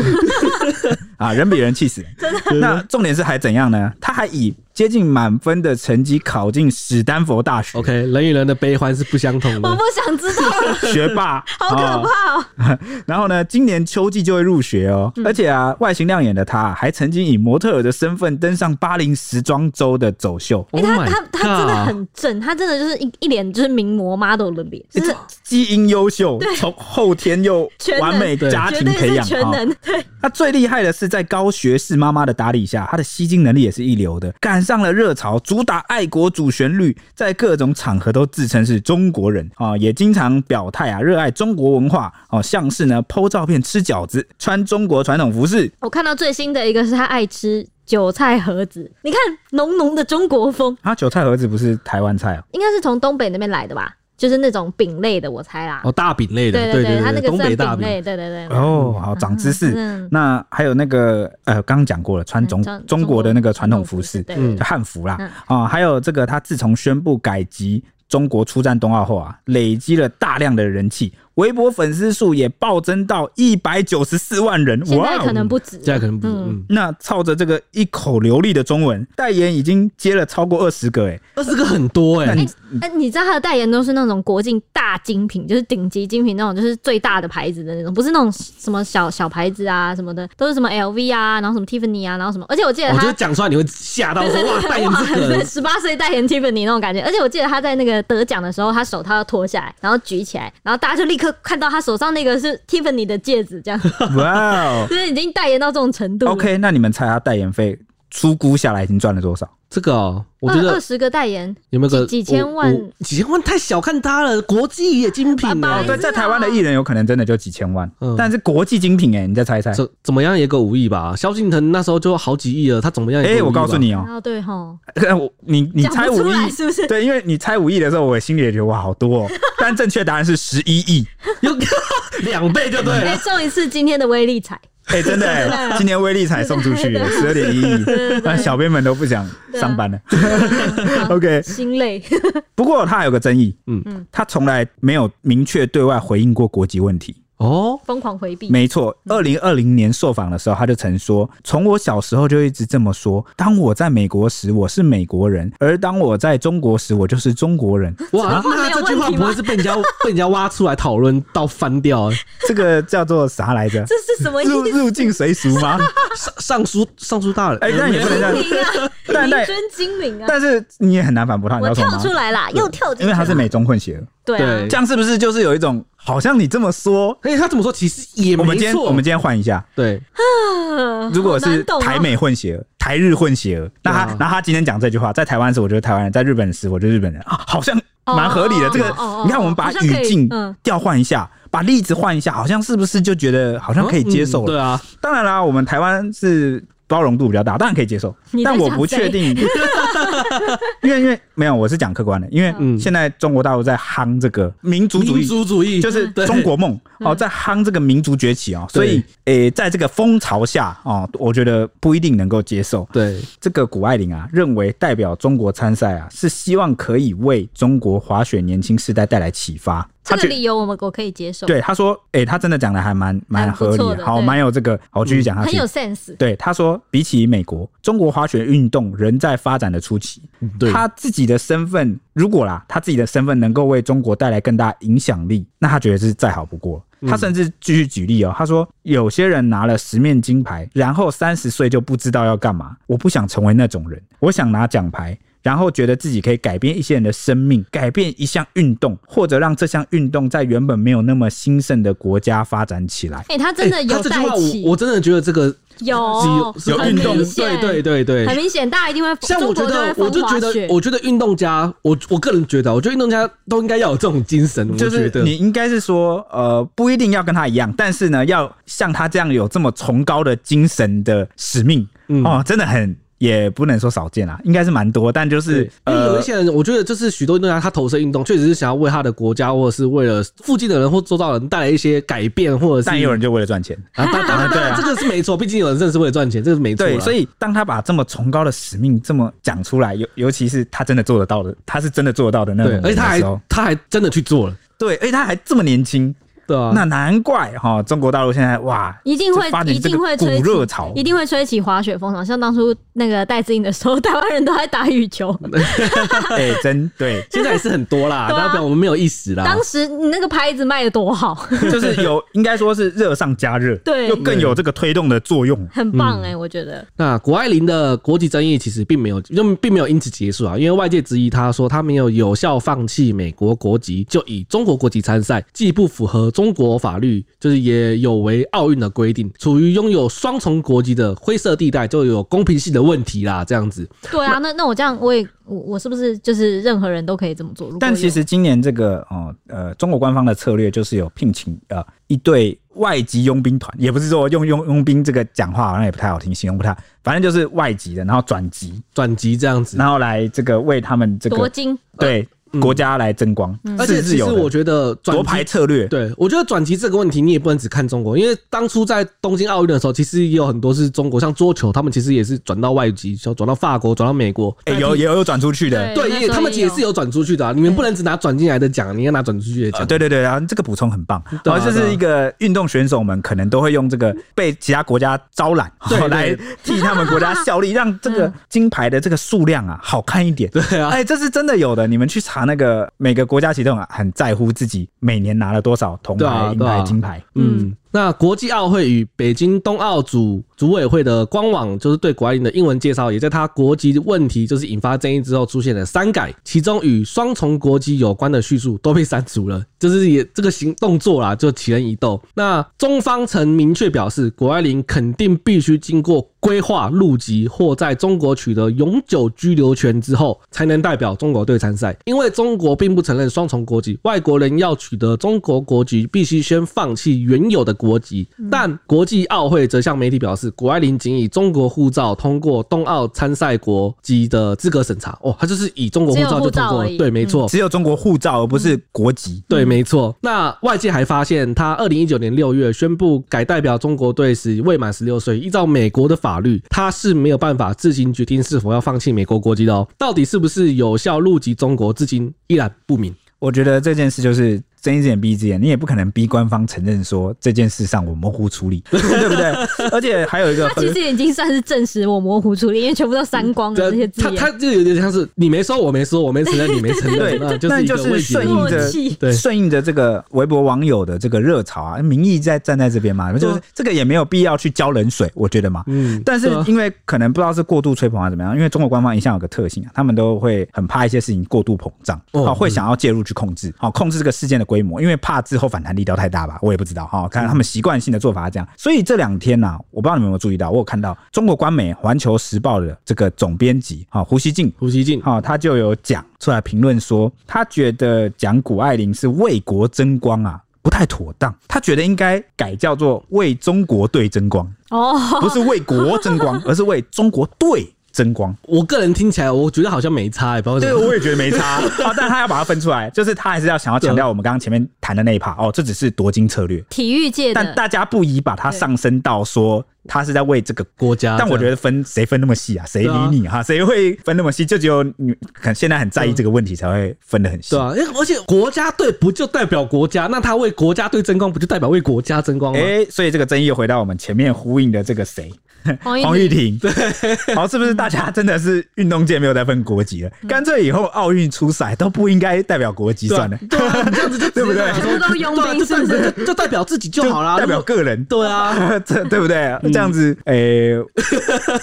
[SPEAKER 3] 啊，人比人 气死。真的。那重点是还怎样呢？她还以接近满分的成绩考进史丹佛大学。
[SPEAKER 1] OK，人与人的悲欢是不相同
[SPEAKER 2] 我
[SPEAKER 1] 的
[SPEAKER 2] 不。想知道了，
[SPEAKER 3] 学霸，
[SPEAKER 2] 好可
[SPEAKER 3] 啊
[SPEAKER 2] 怕哦！
[SPEAKER 3] 然后呢，今年秋季就会入学哦。
[SPEAKER 2] 嗯
[SPEAKER 3] 而且啊，外形亮眼的她、还曾经以模特儿的身份登上巴黎时装周的走秀。
[SPEAKER 2] 欸
[SPEAKER 1] Oh
[SPEAKER 2] 他
[SPEAKER 1] my
[SPEAKER 2] 他他真的
[SPEAKER 1] god！
[SPEAKER 2] 很正，他真的就是一一脸就是名模 model 的脸，就是
[SPEAKER 3] 欸基因优秀，从后天又
[SPEAKER 2] 全能
[SPEAKER 3] 完美家
[SPEAKER 2] 绝
[SPEAKER 3] 庭
[SPEAKER 2] 对
[SPEAKER 3] 培
[SPEAKER 2] 是
[SPEAKER 3] 养
[SPEAKER 2] 全
[SPEAKER 3] 啊。
[SPEAKER 2] 能。对，
[SPEAKER 3] 她最厉害的是，在高学士妈妈的打理下，她的吸睛能力也是一流的，赶上了热潮，主打爱国主旋律，在各种场合都自称是中国人啊，也经常表态啊，热爱中国文化哦，像是呢，剖照片吃饺子，穿中国传统服饰，
[SPEAKER 2] 我看到最新的一个是他爱吃韭菜盒子，你看浓浓的中国风，
[SPEAKER 3] 啊，韭菜盒子不是台湾菜啊，
[SPEAKER 2] 应该是从东北那边来的吧？就是那种饼类的，我猜啦。
[SPEAKER 1] 哦，大饼类的，
[SPEAKER 2] 对
[SPEAKER 1] 对
[SPEAKER 2] 对，他那
[SPEAKER 1] 对，
[SPEAKER 2] 个
[SPEAKER 1] 东北
[SPEAKER 2] 算
[SPEAKER 1] 大
[SPEAKER 2] 饼
[SPEAKER 1] 饼。
[SPEAKER 2] 类，对对对。
[SPEAKER 3] 哦，好，长知 识。
[SPEAKER 2] 嗯
[SPEAKER 3] 那还有那个呃，刚刚讲过了，穿中
[SPEAKER 2] 嗯
[SPEAKER 3] 中国的那个传统服饰，
[SPEAKER 2] 对
[SPEAKER 1] 嗯
[SPEAKER 3] 就汉服啦
[SPEAKER 2] 嗯
[SPEAKER 3] 啊、还有这个，他自从宣布改籍中国出战冬奥后啊，累积了大量的人气，微博粉丝数也暴增到一百九十四万人，
[SPEAKER 2] 现在
[SPEAKER 3] 哦
[SPEAKER 2] 可能不止。
[SPEAKER 1] 现在可能不，
[SPEAKER 2] 嗯
[SPEAKER 1] 嗯，
[SPEAKER 3] 那操着这个一口流利的中文代言，已经接了超过二 十个哎、
[SPEAKER 1] 二十个很多哎、
[SPEAKER 3] 那你
[SPEAKER 2] 哎，你知道他的代言都是那种国境大精品，就是顶级精品那种，就是最大的牌子的那种，不是那种什么小小牌子啊什么的，都是什么 LV 啊，然后什么 Tiffany 啊，然后什么，而且我记得
[SPEAKER 1] 我
[SPEAKER 2] 他
[SPEAKER 1] 觉得讲出来你会吓到说哇，代言这
[SPEAKER 2] 对，
[SPEAKER 1] 个，
[SPEAKER 2] 十八岁代言 Tiffany 那种感觉。而且我记得他在那个得奖的时候，他手套要脱下来，然后举起来，然后大家就立刻看到他手上那个是 Tiffany 的戒指，这样 就
[SPEAKER 3] 哇哦
[SPEAKER 2] 是已经代言到这种程度了。
[SPEAKER 3] ，OK，那你们猜他代言费粗估下来已经赚了多少？
[SPEAKER 1] 这个哦，我
[SPEAKER 2] 二
[SPEAKER 1] 觉
[SPEAKER 2] 二
[SPEAKER 1] 得
[SPEAKER 2] 十个代言，
[SPEAKER 1] 有没有个
[SPEAKER 2] 几几千万
[SPEAKER 1] 五五几千万太小看他了，国际也精品
[SPEAKER 2] 爸
[SPEAKER 1] 哎、
[SPEAKER 2] 爸
[SPEAKER 3] 对，
[SPEAKER 2] 知
[SPEAKER 3] 在
[SPEAKER 2] 道啊
[SPEAKER 3] 台湾的艺人有可能真的就几千万，
[SPEAKER 1] 嗯
[SPEAKER 3] 但是国际精品哎、你再猜一猜。
[SPEAKER 1] 怎怎么样也个五亿吧？萧敬腾那时候就好几亿了，他怎么样也
[SPEAKER 3] 哎、
[SPEAKER 1] 个
[SPEAKER 3] 我
[SPEAKER 1] 5亿吧
[SPEAKER 3] 告诉，你哦
[SPEAKER 2] 然、后对吼，
[SPEAKER 3] 我你你
[SPEAKER 2] 讲
[SPEAKER 3] 猜
[SPEAKER 2] 不
[SPEAKER 3] 五
[SPEAKER 2] 出
[SPEAKER 3] 亿
[SPEAKER 2] 来，是 不是？
[SPEAKER 3] 对，因为你猜五亿的时候，我心里也觉得哇，好多、 哦。但正确答案是十一亿。
[SPEAKER 1] 有 两倍就对啊
[SPEAKER 2] 哎，
[SPEAKER 1] 了。
[SPEAKER 2] 中一次今天的威力彩，
[SPEAKER 3] 哎、真的、哎，今年威力才送出去十二点一亿，那小编们都不想上班了。OK，
[SPEAKER 2] 心累。
[SPEAKER 3] 不过他还有个争议，
[SPEAKER 1] 嗯
[SPEAKER 3] 嗯，他从来没有明确对外回应过国籍问题。
[SPEAKER 1] 哦，
[SPEAKER 2] 疯狂回避。
[SPEAKER 3] 没错，二零二零年受访的时候，他就曾说：“从我小时候就一直这么说，当我在美国时，我是美国人；而当我在中国时，我就是中国人。”
[SPEAKER 2] 啊
[SPEAKER 1] 哇，
[SPEAKER 2] 没
[SPEAKER 1] 那
[SPEAKER 2] 有
[SPEAKER 1] 这句话
[SPEAKER 2] 问题
[SPEAKER 1] 不
[SPEAKER 2] 吗
[SPEAKER 1] 会是被人家 被人家挖出来讨论到翻掉、欸？
[SPEAKER 3] 这个叫做啥来着？
[SPEAKER 2] 这是什么意
[SPEAKER 3] 入
[SPEAKER 2] 思？
[SPEAKER 3] 入境随俗吗？
[SPEAKER 1] 上上书上书大人，
[SPEAKER 3] 哎、
[SPEAKER 1] 呃
[SPEAKER 3] 但也不能这
[SPEAKER 2] 精
[SPEAKER 3] 样。
[SPEAKER 2] 明啊，
[SPEAKER 3] 但但
[SPEAKER 2] 民尊精明啊！
[SPEAKER 3] 但是你也很难反驳他，你
[SPEAKER 2] 我
[SPEAKER 3] 知道什
[SPEAKER 2] 跳
[SPEAKER 3] 么吗
[SPEAKER 2] 出？来啦，又跳进去
[SPEAKER 3] 因
[SPEAKER 2] 啦，
[SPEAKER 3] 为他是美中混血儿，
[SPEAKER 2] 对啊
[SPEAKER 1] 对，
[SPEAKER 3] 这样是不是就是有一种好像你这么说？
[SPEAKER 1] 哎、他怎么说其实也
[SPEAKER 3] 我们
[SPEAKER 1] 没
[SPEAKER 3] 今天
[SPEAKER 1] 错。
[SPEAKER 3] 我们今天换一下，
[SPEAKER 1] 对，
[SPEAKER 2] 呃
[SPEAKER 3] 如果
[SPEAKER 2] 好
[SPEAKER 3] 是
[SPEAKER 2] 难懂哦
[SPEAKER 3] 台美混血儿、台日混血儿，那他
[SPEAKER 1] 对啊
[SPEAKER 3] 那他今天讲这句话，在台湾时我就是台湾人，在日本时我就是日本人啊，好像蛮合理的。
[SPEAKER 2] 哦
[SPEAKER 3] 这个
[SPEAKER 2] 哦哦哦
[SPEAKER 3] 你看，我们把
[SPEAKER 2] 好像可
[SPEAKER 3] 语
[SPEAKER 2] 以
[SPEAKER 3] 境
[SPEAKER 2] 嗯
[SPEAKER 3] 调换一下，把例子换一下，好像是不是就觉得好像可以接受
[SPEAKER 1] 嗯
[SPEAKER 3] 了？
[SPEAKER 1] 对啊，
[SPEAKER 3] 当然啦，我们台湾是包容度比较大，当然可以接受
[SPEAKER 2] 你，在
[SPEAKER 3] 但
[SPEAKER 2] 讲
[SPEAKER 3] 我不确定，因为因为没有，我是讲客观的，因为
[SPEAKER 1] 嗯
[SPEAKER 3] 现在中国大陆在夯这个民族主
[SPEAKER 1] 民
[SPEAKER 3] 义。
[SPEAKER 1] 族主义
[SPEAKER 3] 就是
[SPEAKER 1] 对
[SPEAKER 3] 中国梦
[SPEAKER 2] 嗯
[SPEAKER 3] 哦，在夯这个民族崛起哦，所以诶、在这个风潮下哦，我觉得不一定能够接受。
[SPEAKER 1] 对，
[SPEAKER 3] 这个谷爱凌啊，认为代表中国参赛啊，是希望可以为中国滑雪年轻世代带来启发。
[SPEAKER 2] 这
[SPEAKER 3] 她
[SPEAKER 2] 个
[SPEAKER 3] 觉
[SPEAKER 2] 理由我们我可以接受，
[SPEAKER 3] 对他说，诶、他真的讲的还蛮蛮
[SPEAKER 2] 蛮不
[SPEAKER 3] 合理
[SPEAKER 2] 错
[SPEAKER 3] 的
[SPEAKER 2] 的
[SPEAKER 3] 好，
[SPEAKER 2] 对嗯
[SPEAKER 3] 蛮有这个，好我继续讲下去。
[SPEAKER 2] 很有 sense。
[SPEAKER 3] 对，他说，比起美国，中国滑雪运动仍在发展的初期。
[SPEAKER 1] 对
[SPEAKER 3] 他自己的身份，如果啦，他自己的身份能够为中国带来更大影响力，那他觉得是再好不过了。他甚至继续举例哦，他说有些人拿了十面金牌，然后三十岁就不知道要干嘛。我不想成为那种人，我想拿奖牌，然后觉得自己可以改变一些人的生命，改变一项运动，或者让这项运动在原本没有那么兴盛的国家发展起来。
[SPEAKER 2] 哎，他真的
[SPEAKER 1] 哎
[SPEAKER 2] 有
[SPEAKER 1] 他这句
[SPEAKER 2] 带
[SPEAKER 1] 话
[SPEAKER 2] 起，
[SPEAKER 1] 我我真的觉得这个是
[SPEAKER 2] 有
[SPEAKER 1] 是
[SPEAKER 2] 哦很
[SPEAKER 1] 运动，
[SPEAKER 2] 明显
[SPEAKER 1] 对对对
[SPEAKER 2] 很
[SPEAKER 1] 对。
[SPEAKER 2] 明显，大家一定会
[SPEAKER 1] 像我觉得，我就觉得，我觉得运动家，我我个人觉得，我觉得运动家都应该要有这种精神。
[SPEAKER 3] 就
[SPEAKER 1] 我觉
[SPEAKER 3] 是
[SPEAKER 1] 得
[SPEAKER 3] 你应该是说，呃，不一定要跟他一样，但是呢，要像他这样有这么崇高的精神的使命，
[SPEAKER 1] 嗯
[SPEAKER 3] 哦，真的很也不能说少见啦，应该是蛮多，但就是
[SPEAKER 1] 因为有一
[SPEAKER 3] 呃，
[SPEAKER 1] 些人，我觉得就是许多运动家，他投身运动确实是想要为他的国家，或者是为了附近的人或周遭的人带来一些改变，或者是
[SPEAKER 3] 但也有人就为了赚钱。
[SPEAKER 1] 啊，当当然 当然这个是没错，毕竟有人真的是为了赚钱，这个是没错啦。
[SPEAKER 3] 对，所以当他把这么崇高的使命这么讲出来，尤尤其是他真的做得到的，他是真的做得到的那种
[SPEAKER 1] 对，
[SPEAKER 3] 人
[SPEAKER 1] 而且
[SPEAKER 3] 的
[SPEAKER 1] 他
[SPEAKER 3] 时候
[SPEAKER 1] 还，他还真的去做了，
[SPEAKER 3] 对，而且他还这么年轻，
[SPEAKER 1] 对啊，，
[SPEAKER 3] 那难怪哈、中国大陆现在哇，
[SPEAKER 2] 一定会
[SPEAKER 3] 就发，展
[SPEAKER 2] 一
[SPEAKER 3] 这
[SPEAKER 2] 定
[SPEAKER 3] 个
[SPEAKER 2] 会
[SPEAKER 3] 股
[SPEAKER 2] 吹起
[SPEAKER 3] 热潮，
[SPEAKER 2] 一定会吹起滑雪风潮。像当初那个戴资颖的时候， 台湾人都在打羽球。
[SPEAKER 3] 哎、真对
[SPEAKER 1] 现在也是很多啦，
[SPEAKER 2] 对啊
[SPEAKER 1] 代表我们没有意识啦。
[SPEAKER 2] 当时你那个拍子卖的多好，
[SPEAKER 3] 就是有应该说是热上加热，
[SPEAKER 2] 对
[SPEAKER 3] 又更有这个推动的作用。
[SPEAKER 2] 很
[SPEAKER 3] 嗯
[SPEAKER 2] 棒哎、我觉得。
[SPEAKER 1] 那谷爱凌的国籍争议其实并没有，就并没有因此结束啊，因为外界质疑她说她没有有效放弃美国国籍，就以中国国籍参赛，既不符合中国法律，就是也有违奥运的规定，处于拥有双重国籍的灰色地带，就有公平性的问题啦。这样子，
[SPEAKER 2] 对啊，那那我这样，我也我我是不是就是任何人都可以这么做？如果
[SPEAKER 3] 但
[SPEAKER 2] 有
[SPEAKER 3] 其实今年这个哦呃，中国官方的策略就是有聘请呃一队外籍佣兵团，也不是说用佣佣兵这个讲话好像也不太好听，形容不太，反正就是外籍的，然后转籍，
[SPEAKER 1] 转籍这样子。
[SPEAKER 3] 然后来这个为他们这
[SPEAKER 2] 夺
[SPEAKER 3] 个
[SPEAKER 2] 金，
[SPEAKER 3] 对、国家来争光，
[SPEAKER 1] 嗯而且
[SPEAKER 3] 是
[SPEAKER 1] 其
[SPEAKER 3] 是
[SPEAKER 1] 实
[SPEAKER 3] 有
[SPEAKER 1] 我
[SPEAKER 3] 的
[SPEAKER 1] 觉得转
[SPEAKER 3] 夺
[SPEAKER 1] 籍
[SPEAKER 3] 牌策略，
[SPEAKER 1] 对，我觉得转籍这个问题，你也不能只看中国，因为当初在东京奥运的时候，其实也有很多是中国，像桌球，他们其实也是转到外籍，像转到法国，转到美国。
[SPEAKER 3] 哎、有也有有转出去的。
[SPEAKER 1] 对，也他们也是有转出去的、啊，你们不能只拿转进来的讲，你要拿转出去的
[SPEAKER 3] 呃
[SPEAKER 1] 讲。
[SPEAKER 3] 对对对，然后这个补充很棒，
[SPEAKER 1] 对啊
[SPEAKER 3] 然后这
[SPEAKER 1] 对啊
[SPEAKER 3] 是一个运动选手们可能都会用这个被其他国家招 揽，
[SPEAKER 1] 对对
[SPEAKER 3] 来替他们国家效力，让这个金牌的这个数量啊好看一点。
[SPEAKER 1] 对啊，
[SPEAKER 3] 哎，这是真的有的，你们去查那个每个国家其实都很很在乎自己每年拿了多少铜
[SPEAKER 1] 对啊
[SPEAKER 3] 牌、银
[SPEAKER 1] 对啊
[SPEAKER 3] 牌、金牌。
[SPEAKER 1] 嗯，那国际奥会与北京冬奥组组委会的官网就是对谷爱凌的英文介绍，也在她国籍问题就是引发争议之后出现了删改，其中与双重国籍有关的叙述都被删除了，就是也这个行动作啦，就起人疑窦。那中方曾明确表示，谷爱凌肯定必须经过规划入籍或在中国取得永久居留权之后，才能代表中国队参赛。因为中国并不承认双重国籍，外国人要取得中国国籍，必须先放弃原有的国籍。但国际奥会则向媒体表示，谷爱凌仅以中国护照通过冬奥参赛国籍的资格审查。哦，他就是以中国护照就
[SPEAKER 2] 只
[SPEAKER 1] 通
[SPEAKER 2] 有护照
[SPEAKER 1] 过
[SPEAKER 2] 而
[SPEAKER 1] 了，
[SPEAKER 2] 已
[SPEAKER 1] 对，没错。
[SPEAKER 3] 只有中国护照，而不是国籍。
[SPEAKER 1] 对，没错。那外界还发现，他二零一九年六月宣布改代表中国队时未满十六岁，依照美国的法律，他是没有办法自行决定是否要放弃美国国籍的哦。到底是不是有效入籍中国，至今依然不明。
[SPEAKER 3] 我觉得这件事就是睁一只眼闭一只眼，你也不可能逼官方承认说这件事上我模糊处理，对 不对？而且还有一个
[SPEAKER 2] 他
[SPEAKER 3] 很
[SPEAKER 2] 其实已经算是证实我模糊处理，因为全部都删
[SPEAKER 3] 嗯
[SPEAKER 2] 光 了那些字
[SPEAKER 1] 他
[SPEAKER 2] 眼。
[SPEAKER 1] 他就有点像是你没说，我没说，我没承认，你没 承认，那
[SPEAKER 3] 对，
[SPEAKER 1] 就
[SPEAKER 3] 那
[SPEAKER 1] 是一
[SPEAKER 3] 就
[SPEAKER 1] 个未
[SPEAKER 3] 是
[SPEAKER 1] 解的问
[SPEAKER 3] 顺
[SPEAKER 2] 默
[SPEAKER 1] 题。
[SPEAKER 3] 应
[SPEAKER 2] 契
[SPEAKER 1] 对
[SPEAKER 3] 着顺应着这个微博网友的这个热潮啊，民意在站在这边嘛，就是这个也没有必要去浇冷水，我觉得嘛。
[SPEAKER 1] 嗯，
[SPEAKER 3] 但是
[SPEAKER 1] 对啊
[SPEAKER 3] 因为可能不知道是过度吹捧还啊是怎么样，因为中国官方一向有个特性啊，他们都会很怕一些事情过度膨胀，
[SPEAKER 1] 哦
[SPEAKER 3] 哦，会想要介入去控制，哦好控制这个事件的规模，因为怕之后反弹力道太大吧，我也不知道哈，看
[SPEAKER 1] 嗯
[SPEAKER 3] 他们习惯性的做法是这样。所以这两天呐、我不知道你们有没有注意到，我有看到中国官媒《环球时报》的这个总编辑啊胡锡进。
[SPEAKER 1] 胡锡进，
[SPEAKER 3] 好、哦他就有讲出来评论说，他觉得讲谷爱凌是为国争光啊，不太妥当。他觉得应该改叫做为中国队争光。
[SPEAKER 2] 哦，
[SPEAKER 3] 不是为国争光，而是为中国队争光。
[SPEAKER 1] 我个人听起来，我觉得好像没差、欸，不知道为什么
[SPEAKER 3] 我也觉得没差 啊，但他要把它分出来，就是他还是要想要强调我们刚刚前面谈的那一趴哦，这只是夺金策略，
[SPEAKER 2] 体育界
[SPEAKER 3] 但
[SPEAKER 2] 的
[SPEAKER 3] 大家不宜把它上升到说他是在为这个。
[SPEAKER 1] 国家这样。
[SPEAKER 3] 但我觉得分谁分那么啊细啊？谁
[SPEAKER 1] 对啊
[SPEAKER 3] 理你哈、谁会分那么细？就只有你可能现在很在意这个问题，才会分得很细
[SPEAKER 1] 对。啊，因为而且国家队不就代表国家？那他为国家队争光，不就代表为国家争光吗？
[SPEAKER 3] 哎、所以这个争议又回到我们前面呼应的这个谁，
[SPEAKER 2] 黄
[SPEAKER 3] 黄玉
[SPEAKER 2] 婷
[SPEAKER 3] 婷，对， 好，是不是大家真的是运动界没有在分国籍了？
[SPEAKER 1] 嗯
[SPEAKER 3] 干脆以后奥运出赛都不应该代表国籍
[SPEAKER 1] 对啊
[SPEAKER 3] 算了，
[SPEAKER 1] 对啊，你这样 子就
[SPEAKER 3] 对不对
[SPEAKER 1] 直接
[SPEAKER 2] 全部都佣
[SPEAKER 1] 对啊
[SPEAKER 2] 兵，是不
[SPEAKER 1] 就代
[SPEAKER 2] 是？
[SPEAKER 1] 就就代表自己就好啦，
[SPEAKER 3] 代表
[SPEAKER 1] 如果
[SPEAKER 3] 个人，
[SPEAKER 1] 对啊， 嗯
[SPEAKER 3] 这对不对？这样子， 诶，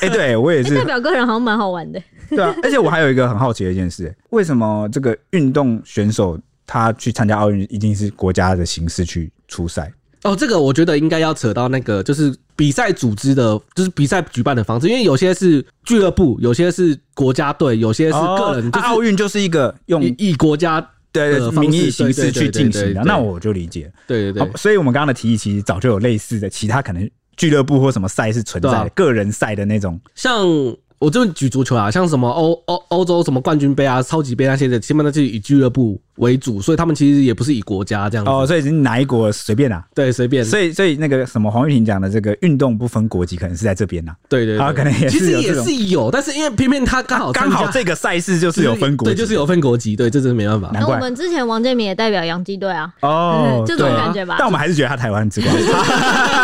[SPEAKER 3] 诶，对我也
[SPEAKER 2] 哎，代
[SPEAKER 3] 是，
[SPEAKER 2] 表个人好像蛮好玩的。
[SPEAKER 3] 对啊。而且我还有一个很好奇的一件事，为什么这个运动选手他去参加奥运，一定是国家的形式去出赛？
[SPEAKER 1] 哦，这个我觉得应该要扯到那个，就是比赛组织的，就是比赛举办的方式，因为有些是俱乐部，有些是国家队，有些是个人，
[SPEAKER 3] 哦
[SPEAKER 1] 就是
[SPEAKER 3] 啊奥运就是一个用
[SPEAKER 1] 以以国家
[SPEAKER 3] 对
[SPEAKER 1] 呃的方式
[SPEAKER 3] 名义形式
[SPEAKER 1] 对对
[SPEAKER 3] 去
[SPEAKER 1] 对
[SPEAKER 3] 进
[SPEAKER 1] 对
[SPEAKER 3] 行的，
[SPEAKER 1] 对
[SPEAKER 3] 那我就理解。
[SPEAKER 1] 对对对
[SPEAKER 3] 好，所以我们刚刚的提议其实早就有类似的，其他可能俱乐部或什么赛是存在
[SPEAKER 1] 对
[SPEAKER 3] 的
[SPEAKER 1] 啊
[SPEAKER 3] 个人赛的那种，
[SPEAKER 1] 像我这边举足球啊，像什么欧欧欧洲什么冠军杯啊、超级杯那些的，基本上就是以俱乐部为主，所以他们其实也不是以国家这样子。
[SPEAKER 3] 哦，所以是哪一国随便啦、
[SPEAKER 1] 对，随便。
[SPEAKER 3] 所以所以那个什么黄玉婷讲的这个运动不分国籍，可能是在这边呐、
[SPEAKER 1] 对对对，
[SPEAKER 3] 他啊可能也
[SPEAKER 1] 其
[SPEAKER 3] 是
[SPEAKER 1] 实
[SPEAKER 3] 有
[SPEAKER 1] 也
[SPEAKER 3] 这种
[SPEAKER 1] 是有，但是因为偏偏他刚好
[SPEAKER 3] 刚好这
[SPEAKER 1] 个
[SPEAKER 3] 个赛事就是有分国籍，
[SPEAKER 1] 对，就是有分国籍，对，这真的没办法。
[SPEAKER 3] 难
[SPEAKER 2] 那我
[SPEAKER 3] 怪
[SPEAKER 2] 们之前王建民也代表洋基队啊，
[SPEAKER 3] 哦
[SPEAKER 2] 嗯，这
[SPEAKER 3] 对。
[SPEAKER 2] 种感觉吧
[SPEAKER 3] 但我们还是觉得他台湾之光。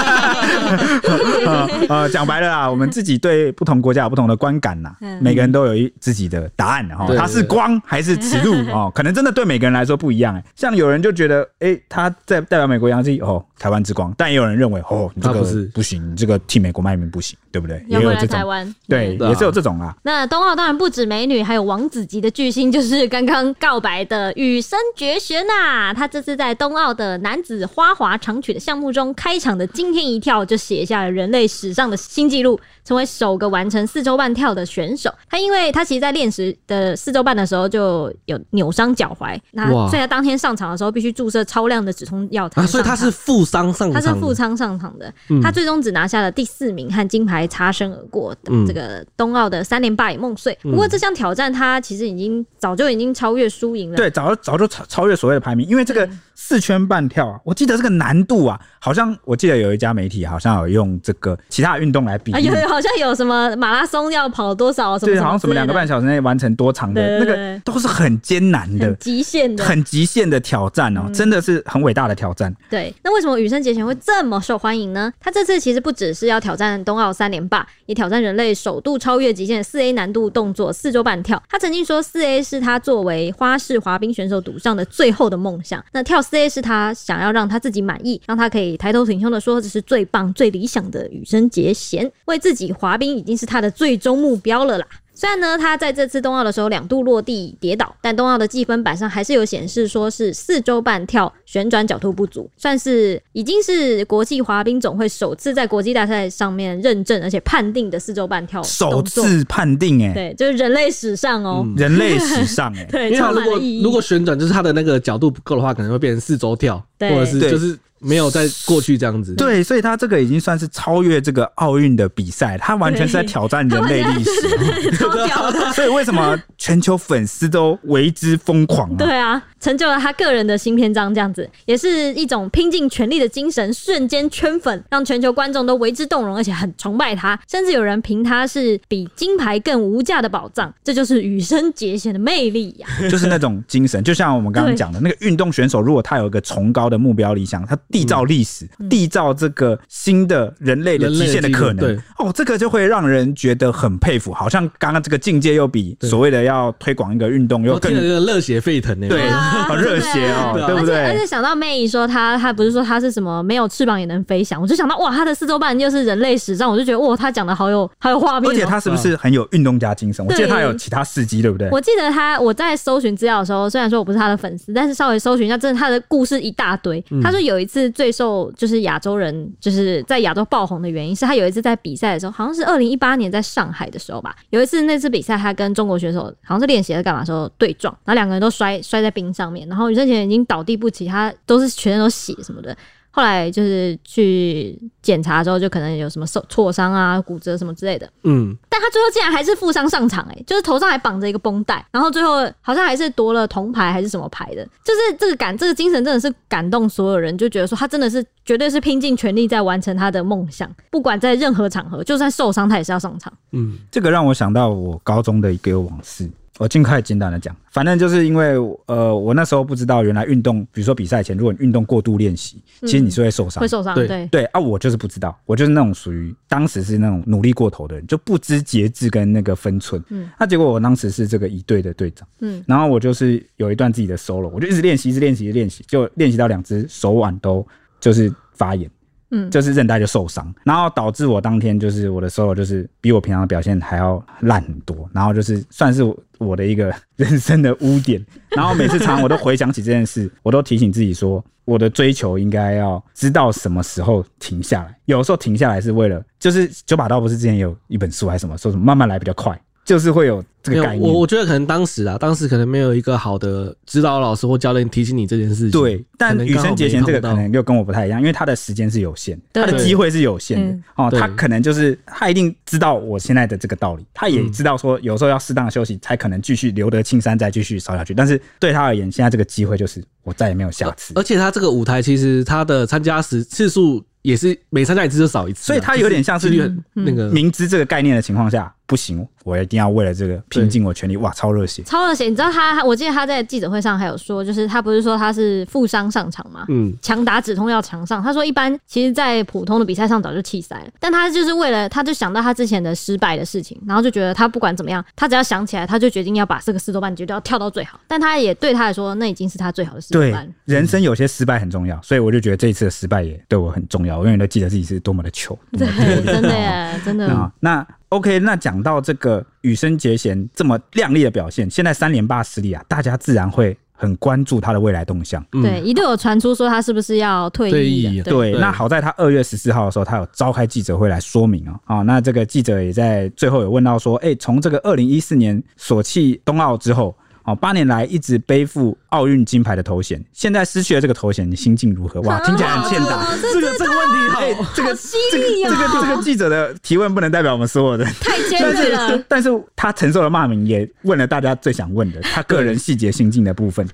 [SPEAKER 3] 啊 呃，讲白了啦，我们自己对不同国家有不同的观感呐
[SPEAKER 2] 嗯，
[SPEAKER 3] 每个人都有一自己的答案的哈
[SPEAKER 1] 对。对
[SPEAKER 3] 他是光还是耻辱哦？可能真的对每个人来说不一样。哎像有人就觉得，哎，他在代表美国洋基哦，台湾之光；但也有人认为，哦，你这
[SPEAKER 1] 他
[SPEAKER 3] 个
[SPEAKER 1] 不是
[SPEAKER 3] 不行，你这个替美国卖命不行，对不对？
[SPEAKER 2] 要
[SPEAKER 3] 也
[SPEAKER 2] 回
[SPEAKER 3] 有
[SPEAKER 2] 来
[SPEAKER 3] 这
[SPEAKER 2] 台
[SPEAKER 3] 种，
[SPEAKER 2] 湾。
[SPEAKER 3] 对，
[SPEAKER 2] 嗯
[SPEAKER 1] 对啊
[SPEAKER 3] 也是有这种啊。
[SPEAKER 2] 那冬奥当然不止美女，还有王子级的巨星，就是刚刚告白的羽生结弦呐、他这次在冬奥的男子花滑长曲的项目中，开场的惊天一跳就写下了人类史上的新纪录，成为首个完成四周半跳的选手。他因为他其实，在练时的四周半的时候就有扭伤脚踝，那
[SPEAKER 1] 哇
[SPEAKER 2] 所以他当天上场的时候必须注射超量的止痛药才
[SPEAKER 1] 啊，
[SPEAKER 2] 能
[SPEAKER 1] 所以
[SPEAKER 2] 上
[SPEAKER 1] 他
[SPEAKER 2] 场
[SPEAKER 1] 是负伤上
[SPEAKER 2] 他
[SPEAKER 1] 场的，
[SPEAKER 2] 是富昌上场的，
[SPEAKER 3] 嗯
[SPEAKER 2] 他最终只拿下了第四名和金牌擦身而过的
[SPEAKER 1] 嗯
[SPEAKER 2] 这个冬奥的三连霸与梦碎。
[SPEAKER 3] 嗯
[SPEAKER 2] 不过这项挑战他其实已经早就已经超越输赢了，
[SPEAKER 3] 对，早早就超超越所谓的排名，因为
[SPEAKER 2] 嗯
[SPEAKER 3] 这个四圈半跳啊，我记得这个难度啊，好像我记得有一家媒体好像有用这个其他运动来比
[SPEAKER 2] 啊
[SPEAKER 3] 喻
[SPEAKER 2] 有，有好像有什么马拉松要跑多少什么
[SPEAKER 3] 对，
[SPEAKER 2] 什么
[SPEAKER 3] 好像什么两个半
[SPEAKER 2] 小
[SPEAKER 3] 小时内完成多长的
[SPEAKER 2] 对
[SPEAKER 3] 那
[SPEAKER 2] 对
[SPEAKER 3] 个
[SPEAKER 2] 对
[SPEAKER 3] 都是很艰难的
[SPEAKER 2] 很、嗯极限的。
[SPEAKER 3] 很极限的挑战哦，真的是很伟大的挑战。
[SPEAKER 2] 对，那为什么羽生结弦会这么受欢迎呢？他这次其实不只是要挑战冬奥三连霸，也挑战人类首度超越极限的四 A 难度动作四周半跳。他曾经说，四 A 是他作为花式滑冰选手赌上的最后的梦想。那跳四 A 是他想要让他自己满意，让他可以抬头挺胸的说这是最棒、最理想的羽生结弦，为自己滑冰已经是他的最终目标了啦。虽然呢，他在这次冬奥的时候两度落地跌倒，但冬奥的计分板上还是有显示说是四周半跳旋转角度不足，算是已经是国际滑冰总会首次在国际大赛上面认证而且判定的四周半跳
[SPEAKER 3] 首
[SPEAKER 2] 动作，
[SPEAKER 3] 次判定哎、
[SPEAKER 2] 对，就是人类史上哦，
[SPEAKER 3] 人类史上 哎、
[SPEAKER 1] 嗯因
[SPEAKER 2] 对，
[SPEAKER 1] 为他
[SPEAKER 2] 充
[SPEAKER 1] 如
[SPEAKER 2] 满
[SPEAKER 1] 果
[SPEAKER 2] 了意义。
[SPEAKER 1] 如果旋转就是他的那个角度不够的话，可能会变成四周跳，或
[SPEAKER 2] 对
[SPEAKER 1] 者是
[SPEAKER 3] 对
[SPEAKER 1] 就是没有在过去这样子。
[SPEAKER 3] 对，所以他这个已经算是超越这个奥运的比赛，他完全是在挑战人类历史哦。
[SPEAKER 2] 超屌 的，
[SPEAKER 3] 所以为什么全球粉丝都为之疯狂啊？
[SPEAKER 2] 对啊，成就了他个人的新篇章，这样子也是一种拼尽全力的精神，瞬间圈粉，让全球观众都为之动容，而且很崇拜他，甚至有人评他是比金牌更无价的宝藏，这就是羽生结弦的魅力啊呀、
[SPEAKER 3] 就是那种精神，就像我们刚刚讲的，那个运动选手，如果他有一个崇高的目标理想，他缔造历史，缔造这个新的人类的极限的可
[SPEAKER 1] 人类的
[SPEAKER 3] 能
[SPEAKER 1] 极，
[SPEAKER 3] 哦，这个就会让人觉得很佩服，好像刚刚这个境界又比所谓的要推广一个运动又
[SPEAKER 1] 我听了
[SPEAKER 3] 更
[SPEAKER 1] 就热血沸腾呢。
[SPEAKER 3] 对，好热血哦，
[SPEAKER 1] 对啊
[SPEAKER 3] 对不
[SPEAKER 2] 而且而
[SPEAKER 3] 对？
[SPEAKER 2] 且想到妹姨说她，她不是说她是什么没有翅膀也能飞翔，我就想到哇，她的四周半又是人类史上，我就觉得哇，她讲的好有好有画面、哦。
[SPEAKER 3] 而且他是不是很有运动家精神？我记得他有其他事迹，对不对？
[SPEAKER 2] 我记得他，我在搜寻资料的时候，虽然说我不是他的粉丝，但是稍微搜寻一下，真的他的故事一大堆。他说有一次最受就是亚洲人就是在亚洲爆红的原因，是他有一次在比赛的时候，好像是二零一八年在上海的时候吧，有一次那次比赛他跟中国选手好像是练习还是干嘛的时候对撞，然后两个人都摔摔在冰上面，然后羽生结弦已经倒地不起，他都是全身都血什么的。后来就是去检查之后，就可能有什么受挫伤啊、骨折什么之类的。
[SPEAKER 1] 嗯，
[SPEAKER 2] 但他最后竟然还是负伤上场、欸，就是头上还绑着一个绷带，然后最后好像还是夺了铜牌还是什么牌的，就是这个感，这个精神真的是感动所有人，就觉得说他真的是绝对是拼尽全力在完成他的梦想，不管在任何场合，就算受伤他也是要上场。
[SPEAKER 1] 嗯，
[SPEAKER 3] 这个让我想到我高中的一个往事。我尽快简短的讲，反正就是因为呃，我那时候不知道原来运动，比如说比赛前，如果你运动过度练习，其实你是会受伤
[SPEAKER 2] 会。受伤，
[SPEAKER 1] 对
[SPEAKER 2] 对，
[SPEAKER 3] 对啊，我就是不知道，我就是那种属于当时是那种努力过头的人，就不知节制跟那个分寸。嗯，那、结果我当时是这个一队的队长，
[SPEAKER 2] 嗯
[SPEAKER 3] 嗯，然后我就是有一段自己的 solo，我就一直练习，一直练习，一直练习，就练习到两只手腕都就是发炎，
[SPEAKER 2] 嗯
[SPEAKER 3] 就是韧带就受伤，然后导致我当天就是我的 solo 就是比我平常的表现还要烂很多，然后就是算是我的一个人生的污点。然后每次常常我都回想起这件事，我都提醒自己说，我的追求应该要知道什么时候停下来。有时候停下来是为了，就是九把刀不是之前有一本书还是什么说什么慢慢来比较快。就是会有这
[SPEAKER 1] 没
[SPEAKER 3] 个
[SPEAKER 1] 有
[SPEAKER 3] 概，
[SPEAKER 1] 我
[SPEAKER 3] 念。
[SPEAKER 1] 我觉得可能当时啊，当时可能没有一个好的指导老师或教练提醒你这件事情。
[SPEAKER 3] 对，但
[SPEAKER 1] 可能
[SPEAKER 3] 羽
[SPEAKER 1] 刚好
[SPEAKER 3] 生结弦这个
[SPEAKER 1] 没
[SPEAKER 3] 可
[SPEAKER 1] 碰到
[SPEAKER 3] 能又跟我不太一样，因为他的时间是有限的，
[SPEAKER 2] 对
[SPEAKER 3] 他的机会是有限的
[SPEAKER 2] 嗯。
[SPEAKER 3] 哦，
[SPEAKER 1] 对
[SPEAKER 3] 他可能就是他一定知道我现在的这个道理，他也知道说有时候要适当的休息，才可能继续留得青山再继续烧下去。但是对他而言，现在这个机会就是我再也没有下次，
[SPEAKER 1] 而且他这个舞台其实他的参加时次数也是每参加一次就少一次啊，
[SPEAKER 3] 所以他有点像是
[SPEAKER 1] 就是几率很那个
[SPEAKER 3] 明知这个概念的情况下，不行，我一定要为了这个拼尽我全力。哇，超热血！
[SPEAKER 2] 超热血！你知道他，我记得他在记者会上还有说，就是他不是说他是负伤上场吗？
[SPEAKER 1] 嗯，
[SPEAKER 2] 强打止痛药强上，他说一般其实，在普通的比赛上早就弃赛了，但他就是为了，他就想到他之前的失败的事情，然后就觉得他不管怎么样，他只要想起来，他就决定要把这个四多半决定要跳到最好。但他也对他来说，那已经是他最好的四多
[SPEAKER 3] 对
[SPEAKER 2] 半。，
[SPEAKER 3] 人生有些失败很重要，所以我就觉得这一次的失败也对我很重要。我永远都记得自己是多么的糗，多么的
[SPEAKER 2] 对，真的耶，真
[SPEAKER 1] 嗯
[SPEAKER 2] 的。
[SPEAKER 3] 啊、那 OK，那讲到这个羽生结弦这么亮丽的表现，现在三连霸失利啊，大家自然会很关注他的未来动向。
[SPEAKER 1] 嗯
[SPEAKER 2] 对，一度有传出说他是不是要退役
[SPEAKER 1] 退役
[SPEAKER 2] 了？
[SPEAKER 1] 对
[SPEAKER 3] 对，那好在他二月十四号的时候，他有召开记者会来说明哦。啊、那这个记者也在最后有问到说，哎、从这个二零一四年索契冬奥之后，哦，八年来一直背负奥运金牌的头衔，现在失去了这个头衔，你心境如何？哇，听起来很欠打。
[SPEAKER 1] 这个这个问题好
[SPEAKER 3] 哎、这个这个
[SPEAKER 2] 利哦
[SPEAKER 3] 这个这个记者的提问不能代表我们所有人，
[SPEAKER 2] 太尖
[SPEAKER 3] 但
[SPEAKER 2] 锐了
[SPEAKER 3] 是。但是他承受了骂名，也问了大家最想问的他个人细节心境的 部分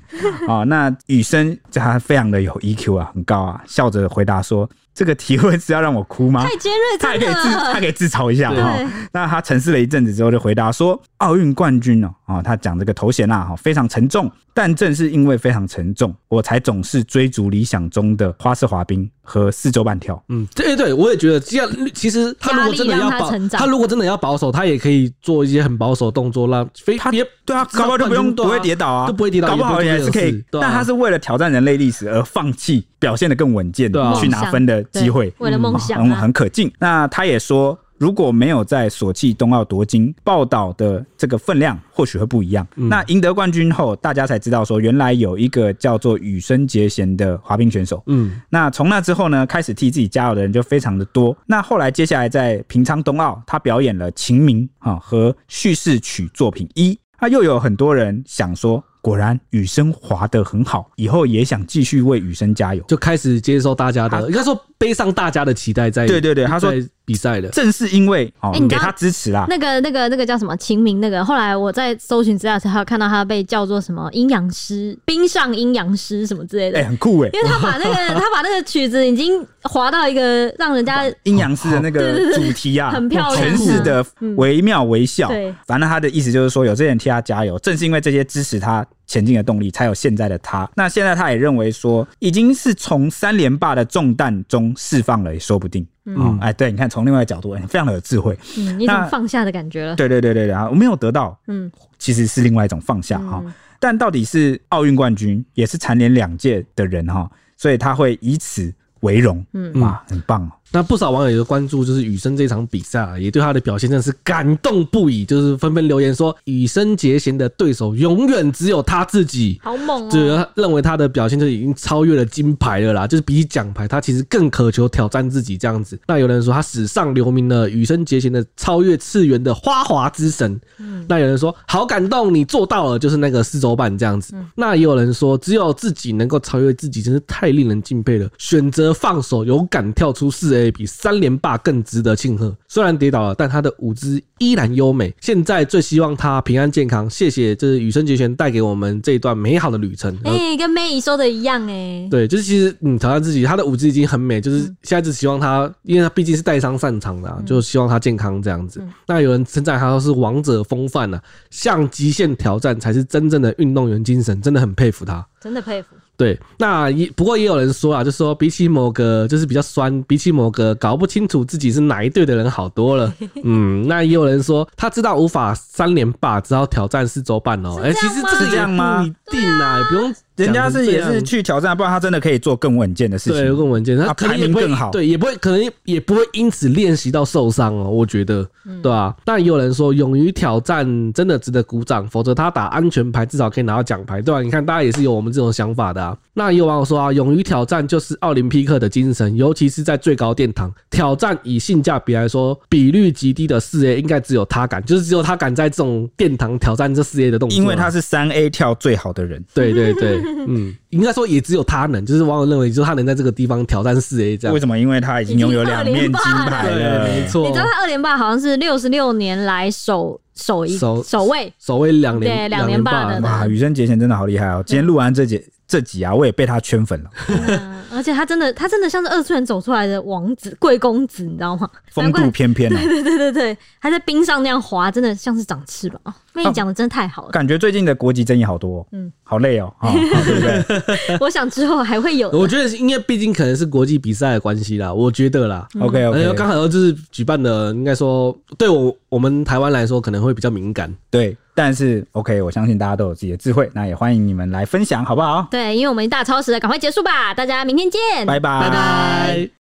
[SPEAKER 3] 啊、那雨生他非常的有 EQ 啊，很高啊，笑着回答说：“这个提问是要让我哭吗？”
[SPEAKER 2] 太尖锐，
[SPEAKER 3] 他也可以
[SPEAKER 2] 真
[SPEAKER 3] 自
[SPEAKER 2] 的
[SPEAKER 3] 他可以自嘲一下
[SPEAKER 1] 对
[SPEAKER 3] 哈、那他沉思了一阵子之后，就回答说：“奥运冠军哦，啊、他讲这个头衔啊，哈，非常沉重，但正是因为非常沉重，我才总是追逐理想中的花式滑冰和四周半跳。
[SPEAKER 1] 嗯，对对，我也觉得这样。其实他如果真的要
[SPEAKER 2] 压力让他
[SPEAKER 1] 保，
[SPEAKER 2] 成
[SPEAKER 1] 他
[SPEAKER 2] 长
[SPEAKER 1] 如果真的要保守，他也可以做一些很保守的动作，让非
[SPEAKER 3] 他
[SPEAKER 1] 别
[SPEAKER 3] 对啊，搞不好就不用不会跌倒啊，
[SPEAKER 1] 就不会跌倒，
[SPEAKER 3] 搞不好
[SPEAKER 1] 也
[SPEAKER 3] 也
[SPEAKER 1] 不会
[SPEAKER 3] 是可
[SPEAKER 1] 做这
[SPEAKER 3] 以
[SPEAKER 1] 种事。对啊
[SPEAKER 3] 但他是为了挑战人类历史而放弃表现的更稳健、
[SPEAKER 1] 对啊
[SPEAKER 3] 去拿分的机会
[SPEAKER 2] 对，为了梦想
[SPEAKER 3] 嗯
[SPEAKER 2] 啊，
[SPEAKER 3] 很可敬。那他也说，如果没有在索契冬奥夺金，报道的这个分量或许会不一样。
[SPEAKER 1] 嗯
[SPEAKER 3] 那赢得冠军后，大家才知道说，原来有一个叫做羽生结弦的滑冰选手。
[SPEAKER 1] 嗯，
[SPEAKER 3] 那从那之后呢，开始替自己加油的人就非常的多。那后来接下来在平昌冬奥，他表演了《秦明》啊和叙事曲作品一，那又有很多人想说，果然雨生滑得很好，以后也想继续为雨生加油。
[SPEAKER 1] 就开始接受大家
[SPEAKER 3] 他
[SPEAKER 1] 的，应该说背上大家的期待在，
[SPEAKER 3] 对对对他说
[SPEAKER 1] 在比赛了，
[SPEAKER 3] 正是因为哦，
[SPEAKER 2] 哎
[SPEAKER 3] 你
[SPEAKER 2] 你
[SPEAKER 3] 给
[SPEAKER 2] 刚
[SPEAKER 3] 他支持
[SPEAKER 1] 啊
[SPEAKER 3] 啦，
[SPEAKER 2] 那个、那个、那个叫什么秦明？那个后来我在搜寻资料的时候，还有看到他被叫做什么阴阳师、冰上阴阳师什么之类的。
[SPEAKER 3] 哎、很酷哎、
[SPEAKER 2] 因为他把那个他把那个曲子已经滑到一个让人家
[SPEAKER 3] 阴阳师的那
[SPEAKER 2] 哦
[SPEAKER 3] 个主题啊，
[SPEAKER 2] 很漂亮嗯
[SPEAKER 3] 诠释的惟妙惟肖。
[SPEAKER 2] 对
[SPEAKER 3] 反正他的意思就是说，有这些人替他加油，正是因为这些支持他前进的动力，才有现在的他。那现在他也认为说，已经是从三连霸的重担中释放了，也说不定。嗯，哎，对，你看从另外一个角度，哎，非常的有智慧。
[SPEAKER 2] 嗯一种
[SPEAKER 3] 那
[SPEAKER 2] 放下的感觉了。
[SPEAKER 3] 对对对对对，啊，我没有得到，
[SPEAKER 2] 嗯，
[SPEAKER 3] 其实是另外一种放下哈、但到底是奥运冠军，也是蝉联两届的人哈、所以他会以此为荣。嗯，哇，很棒哦。
[SPEAKER 1] 那不少网友也关注，就是雨生这场比赛啊，也对他的表现真的是感动不已，就是纷纷留言说，雨生结弦的对手永远只有他自己。
[SPEAKER 2] 好猛
[SPEAKER 1] 就
[SPEAKER 2] 哦、
[SPEAKER 1] 是啊认为他的表现就已经超越了金牌了啦，就是比起奖牌，他其实更渴求挑战自己这样子。那有人说他史上留名了羽生结弦的超越次元的花滑之神，那有人说好感动，你做到了，就是那个四周半这样子。那也有人说只有自己能够超越自己，真是太令人敬佩了。选择放手，勇敢跳出四 A，比三连霸更值得庆贺。虽然跌倒了，但他的舞姿依然优美。现在最希望他平安健康。谢谢，这是羽生结弦带给我们这一段美好的旅程。
[SPEAKER 2] 哎、
[SPEAKER 1] 然后
[SPEAKER 2] 跟 May 说的一样哎、
[SPEAKER 1] 对，就是其实嗯，挑战自己，他的舞姿已经很美，就是
[SPEAKER 2] 嗯
[SPEAKER 1] 现在只希望他，因为他毕竟是带伤上场的、啊，就希望他健康这样子。
[SPEAKER 2] 嗯
[SPEAKER 1] 那有人称赞他是王者风范啊，向极限挑战才是真正的运动员精神，真的很佩服他。
[SPEAKER 2] 真的佩服。
[SPEAKER 1] 对，那也不过也有人说啊，就说比起某个就是比较酸，比起某个搞不清楚自己是哪一队的人好多 了。嗯，那也有人说他知道无法三连霸，只好挑战四周半哦。
[SPEAKER 2] 是
[SPEAKER 1] 哎、
[SPEAKER 2] 这
[SPEAKER 1] 其
[SPEAKER 2] 样
[SPEAKER 1] 实这
[SPEAKER 2] 吗
[SPEAKER 1] 个
[SPEAKER 3] 是这
[SPEAKER 1] 也
[SPEAKER 3] 样吗
[SPEAKER 1] 不一定啊，也不用
[SPEAKER 3] 人家是也
[SPEAKER 1] 讲成这
[SPEAKER 3] 是
[SPEAKER 1] 样
[SPEAKER 3] 去挑战，不然他真的可以做更稳健的事
[SPEAKER 1] 对，
[SPEAKER 3] 情。
[SPEAKER 1] 更稳健，他
[SPEAKER 3] 啊
[SPEAKER 1] 可能
[SPEAKER 3] 排
[SPEAKER 1] 也
[SPEAKER 3] 名
[SPEAKER 1] 不会
[SPEAKER 3] 更好
[SPEAKER 1] 对，也不会，可能也不会因此练习到受伤哦，我觉得，对啊。但也有人说，勇于挑战真的值得鼓掌，否则他打安全牌至少可以拿到奖牌，对吧、啊你看，大家也是有我们这种想法的啊。那也有网友说啊，勇于挑战就是奥林匹克的精神，尤其是在最高殿堂挑战，以性价比来说，比率极低的四 A 应该只有他敢，就是只有他敢在这种殿堂挑战这四 A 的动作啊，
[SPEAKER 3] 因为他是三 A 跳最好的人，
[SPEAKER 1] 对对对，嗯，应该说也只有他能，就是网友认为，就是他能在这个地方挑战四 A 这样
[SPEAKER 3] 为。什么？因为他已经拥有两面金牌了，
[SPEAKER 1] 对，没
[SPEAKER 2] 你
[SPEAKER 1] 错
[SPEAKER 2] 知，道他二连霸好像是六十六年来首首一
[SPEAKER 1] 首
[SPEAKER 2] 首 位，
[SPEAKER 1] 首位两年
[SPEAKER 2] 对两连霸的
[SPEAKER 3] 哇，羽生结弦真的好厉害哦！今天录完这节这集啊，我也被他圈粉了，
[SPEAKER 2] 嗯而且他真的他真的像是二次元走出来的王子贵公子，你知道吗？
[SPEAKER 3] 风
[SPEAKER 2] 难
[SPEAKER 3] 度
[SPEAKER 2] 怪
[SPEAKER 3] 翩 翩啊。
[SPEAKER 2] 对对对对，他在冰上那样滑，真的像是长翅膀。哦，妹你讲的真的太好 了，
[SPEAKER 3] 感觉最近的国籍争议好多，嗯
[SPEAKER 2] 嗯，
[SPEAKER 3] 好 累哦，啊，对不对？
[SPEAKER 2] 我想之后还会有的。
[SPEAKER 1] 我觉得是因为毕竟可能是国际比赛的关系啦，我觉得啦。
[SPEAKER 3] OK
[SPEAKER 1] 然嗯哎后刚
[SPEAKER 3] OK，
[SPEAKER 1] 好就是举办的，应该说对我我们台湾来说可能会比较敏感。
[SPEAKER 3] 对，但是 OK，我相信大家都有自己的智慧，那也欢迎你们来分享，好不好？
[SPEAKER 2] 对，因为我们大超时了，赶快结束吧，大家明天见，
[SPEAKER 3] 拜拜
[SPEAKER 1] 拜拜。